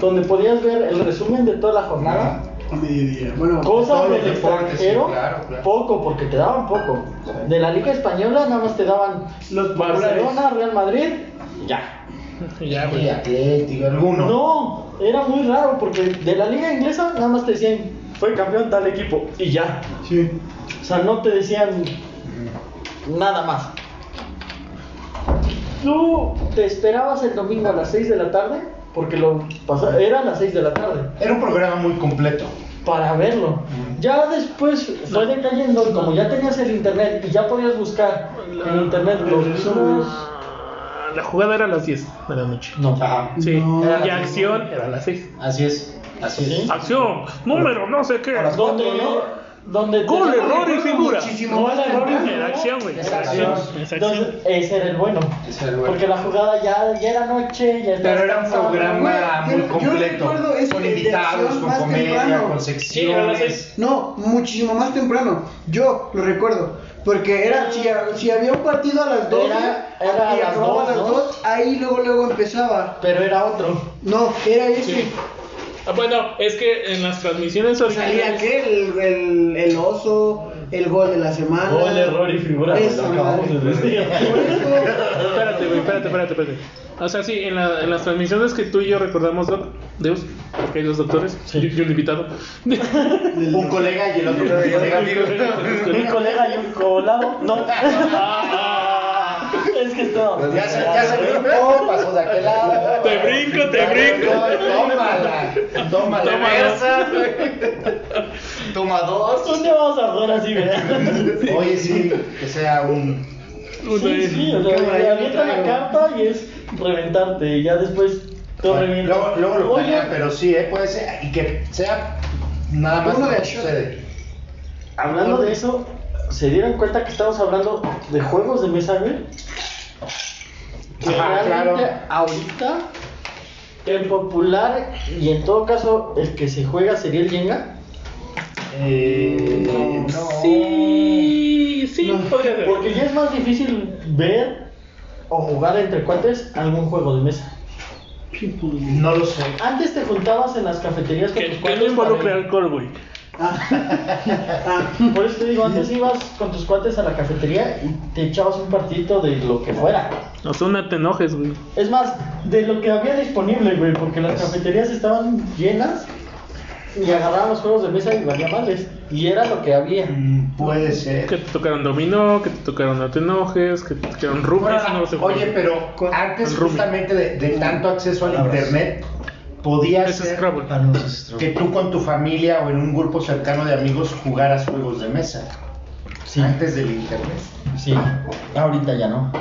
donde podías ver el resumen de toda la jornada.
A mediodía. Bueno,
Cosas
Todos los
del
deportes,
extranjero,
sí, claro, claro.
poco, porque te daban poco. De la Liga Española nada más te daban
los
Barcelona, Real Madrid, ya.
Ya, güey.
Y Atlético, alguno.
No, era muy raro, porque de la Liga Inglesa nada más te decían, fue campeón tal equipo, y ya.
Sí.
O sea, no te decían nada más. Tú te esperabas el domingo a las 6 de la tarde, porque lo pasaba, era a las 6 de la tarde.
Era un programa muy completo.
para verlo. Ya después fue decayendo, y como ya tenías el internet y ya podías buscar en internet los resúmenes.
Ah, La jugada era a las 10 de la noche.
No,
Ajá.
Sí.
No.
Era y acción era a las 6.
Así es, así es.
Acción, número, no sé qué.
A las
¿Dónde?
cuatro, ¿no?
donde
Gol,
tenemos-
error y figura.
Muchísimo
Gol,
más
error y
temprano,
en
¿no?
acción, güey.
Exacto.
Exacción,
Entonces,
exacción.
ese era el bueno.
Ese era el bueno.
Porque la jugada ya, ya era noche, ya estaba
Pero era un
cansado.
programa
Güey,
muy
yo- yo
completo.
recuerdo eso
Con
de- de
invitados,
acción
con
más
comedia,
temprano.
con
Sí, a las
secciones.
seis.
No, muchísimo más temprano. Yo lo recuerdo. Porque era, si, si había un partido a las 12,
Era- era a
y
las
acababa
dos, ¿no?
dos, ahí luego, luego empezaba.
Pero era otro.
No, era ese.
Sí. Ah, Bueno, es que en las transmisiones
Salía
originales.
aquel, el, el, el oso, el gol de la semana.
Gol, error y figura. pues,
Esa
lo acabamos de
madre.
decir.
Por eso,
Espérate, güey, espérate, espérate, espérate. O sea, sí, en, la- en las transmisiones que tú y yo recordamos, Doc, Deus, porque hay dos doctores, yo, yo el invitado.
Un colega y el otro colega.
Mi colega y un colado. No. es que esto.
Ah, pues Ya se, ya se brincó, pasó de aquel lado.
Te brinco, te brinco.
Tómala, tómala.
Tómala.
Versa. Toma dos.
Un día vamos a jugar así, ¿verdad?
Oye, sí, que sea un.
Uno
Sí,
es-
sí, o sea,
Cámara,
le
yo
avienta la
traigo.
carta y es reventarte. Y ya después tú revientas.
Luego, luego lo
Oye,
planean, pero sí, ¿eh? puede ser. Y que sea nada más
Uno
lo
de
que
acción.
sucede.
Hablando de eso, ¿se dieron cuenta que estamos hablando de juegos de mesa, güey? Que
Ajá, claro.
realmente ahorita el popular y en todo caso el que se juega sería el Jenga.
Eh,
Sí, sí, podría ser.
Porque ya es más difícil ver o jugar entre cuates algún juego de mesa.
no lo sé.
Antes te juntabas en las cafeterías con tus
Que, que
cuates.
no involucre
para-
alcohol, güey.
Por eso te digo, antes ibas con tus cuates a la cafetería y te echabas un partidito de lo que fuera.
O sea, no te enojes, güey.
Es más, de lo que había disponible, güey, porque las cafeterías estaban llenas y agarraban los juegos de mesa y valía madres. Y era lo que había.
Mm, Puede ser.
Que te tocaron dominó, que te tocaron no te enojes, que te tocaron rubis,
Ahora,
no sé
oye, pero antes
El Rumi.
justamente de, de tanto acceso al
Palabras.
internet, podías
Ese es Scrabble.
Ah, no, ese es otro.
que tú con tu familia o en un grupo cercano de amigos jugaras juegos de mesa
Sí,
antes del internet.
sí. Ahorita ya no.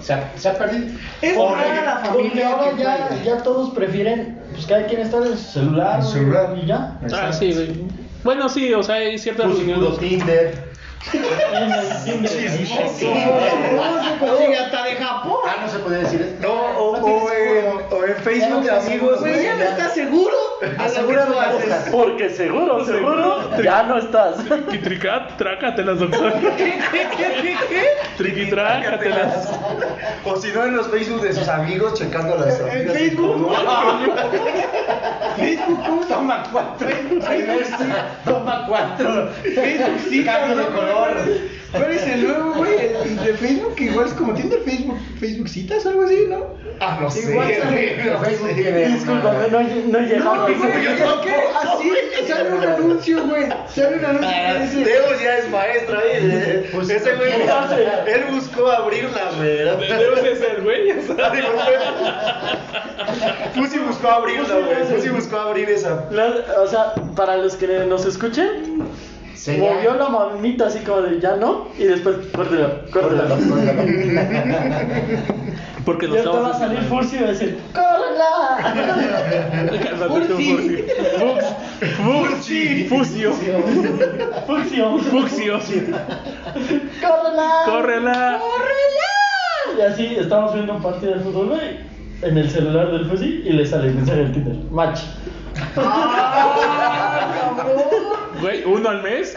Se ha, se ha perdido.
Es
Por-
rara la
Porque
familia
ahora
que
ya,
juega.
ya todos prefieren, pues cada quien está en su celular,
En su celular.
y ya.
Ah, sí, güey. Bueno, sí, o sea, hay ciertas
Puro
reuniones.
Tinder.
¿Cómo se consigue hasta de Japón?
Ah, no se podía decir.
O, o, o, en, o en Facebook de amigos.
Güey, ya no estás seguro. Asegura lo haces.
Porque seguro, seguro, ya no estás.
Triquitricat, trácatelas, doctor. Triquitrácatelas.
O si no, en los Facebook de sus amigos checando las
Eh,
En
amigas.
Facebook. Facebook, ¿cómo se llama?
Toma cuatro.
Facebook, sí,
Cambio de
cabrón.
color.
¿Cuál es el nuevo, güey? El de Facebook, que igual es como Tinder, Facebook, Facebook citas o algo así, ¿no?
Ah, no sé.
Igual sale-
Pero Facebook tiene una-
Disculpame, no, no
No,
llegamos.
güey, es que así sale un anuncio, güey. Sale un anuncio que dice...
Deus ya es maestro ahí.
Pues,
Ese güey,
¿qué hace?
él buscó abrirla, güey.
Debes de ser, güey. o sea.
Pussy buscó abrirla, güey. Pussy buscó abrir esa.
La- o sea, para los que nos escuchen,
Sería-
movió la manita así como de ya no, y después córtelo, córtelo.
Porque
Ya
nos
te va a
vamos
salir Fursi y va a decir, ¡Córrela!
Fursi. Fursi. Fusio.
Furcio,
Fuxio.
¡Córrela!
Córrela.
Y así estamos viendo un partido de fútbol, güey, en el celular del Fursi y le sale el mensaje del Tinder. Match.
Güey, uno al mes.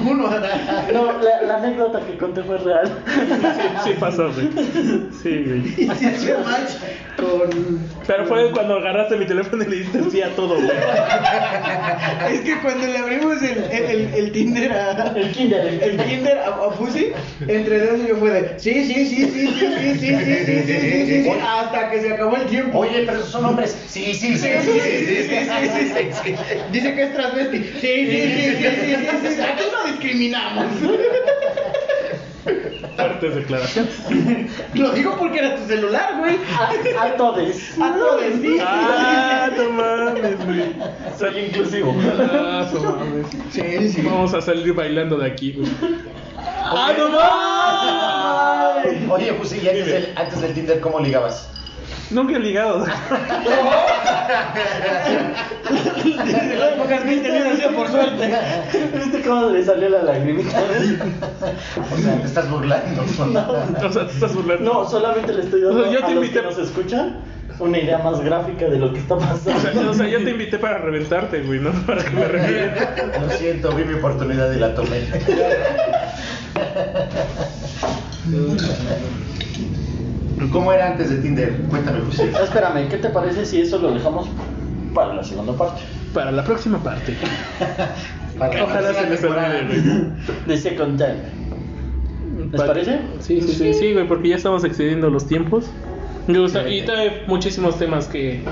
No, la, la anécdota que conté fue real.
Sí pasó, güey. Sí, güey.
Y se hace match con...
Pero fue cuando agarraste mi teléfono y le diste sí a todo, güey.
Es que cuando le abrimos el, el, el, el Tinder a...
El Kinder, el
El
Kinder.
Tinder a, a Pussy, entre dos yo fue de... Sí, sí, sí, sí, sí, sí, sí, sí, sí, sí, sí, sí, sí, sí, hasta que se acabó el tiempo.
Oye, pero esos son hombres. Sí, sí, sí, sí, sí, sí, sí, sí, sí, sí, sí.
Dice que es transvesti. Sí, sí, sí, sí, sí, sí, sí, sí. Aquí no discriminamos.
Fuertes declaraciones.
Lo digo porque era tu celular, güey.
A, a todes.
A todos, sí.
Ah, no mames, güey.
Soy inclusivo.
Ah, no mames.
Sí, sí.
Vamos a salir bailando de aquí, güey.
¡Ah, no ¡Ah, mames!
Oye, pues sí, y antes del, antes del Tinder, ¿cómo ligabas?
Nunca he ligado.
Desde la época
pocas 20 hubieran sido por suerte. ¿Viste cómo le salió la lagrimita?
O sea, te estás burlando.
O sea, te estás burlando.
No, solamente le estoy dando
O sea, yo
a
te
los
invité-
que nos escuchan una idea más gráfica de lo que está
O sea,
pasando.
o sea, yo te invité para reventarte, güey, ¿no? Para que me revientes.
Lo siento, vi mi oportunidad y la tomé. ¿Cómo era antes de Tinder? Cuéntame, José.
Espérame, ¿qué te parece si eso lo dejamos para la segunda parte?
Para la próxima parte.
Para-
Ojalá se les olvide, güey.
De Second Time. ¿Les
Pa-
parece?
Sí, sí, sí, sí, güey, porque ya estamos excediendo los tiempos. Digo, o sea, y todavía hay muchísimos temas que.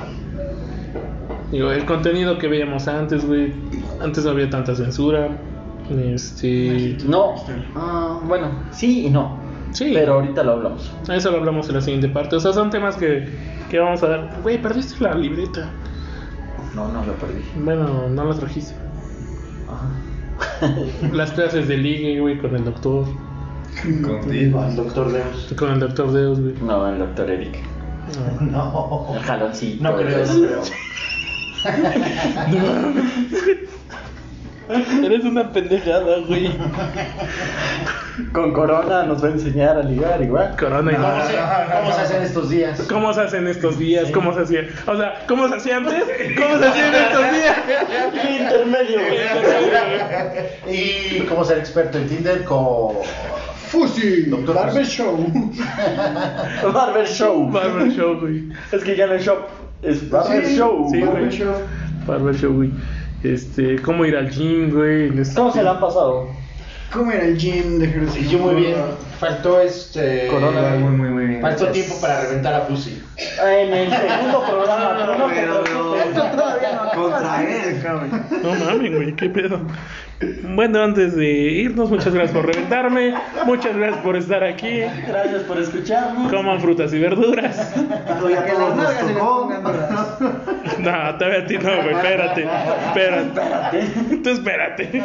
Digo, el contenido que veíamos antes, güey. Antes no había tanta censura. Este.
No. Ah, bueno, sí y no.
Sí.
Pero ahorita lo hablamos.
Eso lo hablamos en la siguiente parte. O sea, son temas que, que vamos a dar. Güey, perdiste la libreta.
No, no lo perdí.
Bueno, no la trajiste. Las clases de ligue, güey, con el doctor.
Contigo.
Al doctor Deus.
Con el doctor Deus, güey.
No, el doctor Eric.
No.
oh,
No.
El jaloncito.
No creo, no
el-
creo.
Eres una pendejada, güey. Con Corona nos va a enseñar a ligar igual.
Corona y
¿Cómo se, cómo se hacen estos días?
¿Cómo se hacen estos días? ¿Cómo se hacía? O sea, ¿cómo se hacía antes? ¿Cómo se hacían estos días?
Intermedio,
Y cómo ser experto en Tinder con.
Fusi,
Doctor
Barber
Fusi.
Show.
güey. Barber Show.
Barber Show, güey.
Es que ya no es shop. Es Barber
Sí,
Show.
sí.
Barber
güey.
Show.
Barber Show, güey. Este, ¿cómo ir al gym, güey? En este-
¿Cómo se la han pasado?
¿Cómo era el gym de
Y
ejercicio?
yo muy bien. Faltó este.
Corona,
Muy, muy, muy bien.
Faltó tiempo para reventar a Pussy.
En el segundo programa. pero no te
Pero-
preocupes.
Contra él, cabrón.
No mames, güey, qué pedo. Bueno, antes de irnos, muchas gracias por reventarme. Muchas gracias por estar aquí.
Gracias por escucharnos.
Coman frutas y verduras.
Y a todos nos tocó.
No, todavía a ti no, güey. Espérate. Espérate. Tú espérate.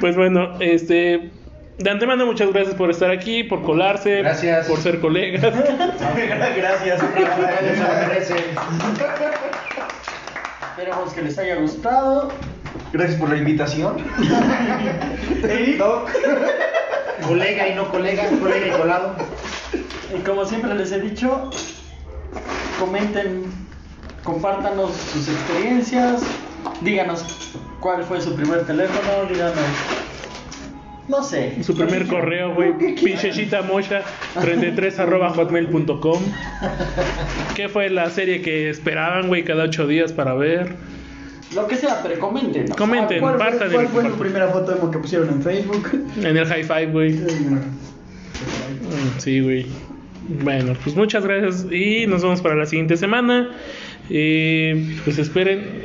Pues bueno, este. De antemano, muchas gracias por estar aquí, por colarse,
Gracias.
por ser colegas.
Gracias, se lo merecen.
Esperemos que les haya gustado.
Gracias por la invitación.
Colega y no colega, colega y colado.
Y como siempre les he dicho, comenten, compártanos sus experiencias, díganos cuál fue su primer teléfono, díganos, no sé,
Su primer correo, güey. Pinchechita mocha 33 arroba hotmail.com. ¿Qué fue la serie que esperaban, güey, cada ocho días para ver?
lo que sea, pero comenten.
Comenten,
¿Cuál fue,
partan
cuál
el
fue su
compartir.
primera foto emo que pusieron en Facebook?
En el high five, güey. Mm, Sí, güey. Bueno, pues muchas gracias y nos vemos para la siguiente semana. Eh, pues esperen.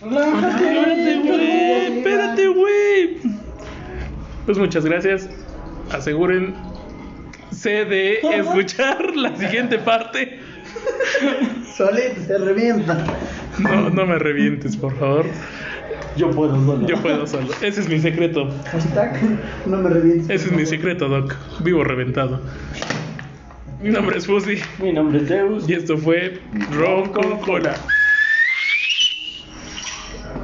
Espérate, güey. Espérate, güey. Pues muchas gracias. Aseguren de escuchar la siguiente parte.
Solito se revienta.
No, no me revientes, por favor.
Yo puedo solo.
Yo puedo solo. Ese es mi secreto.
Hashtag, no me revientes.
Ese es mi secreto, Doc. Vivo reventado. Mi nombre es Fuzzy
Mi nombre es Zeus.
y esto fue Ron con Cola.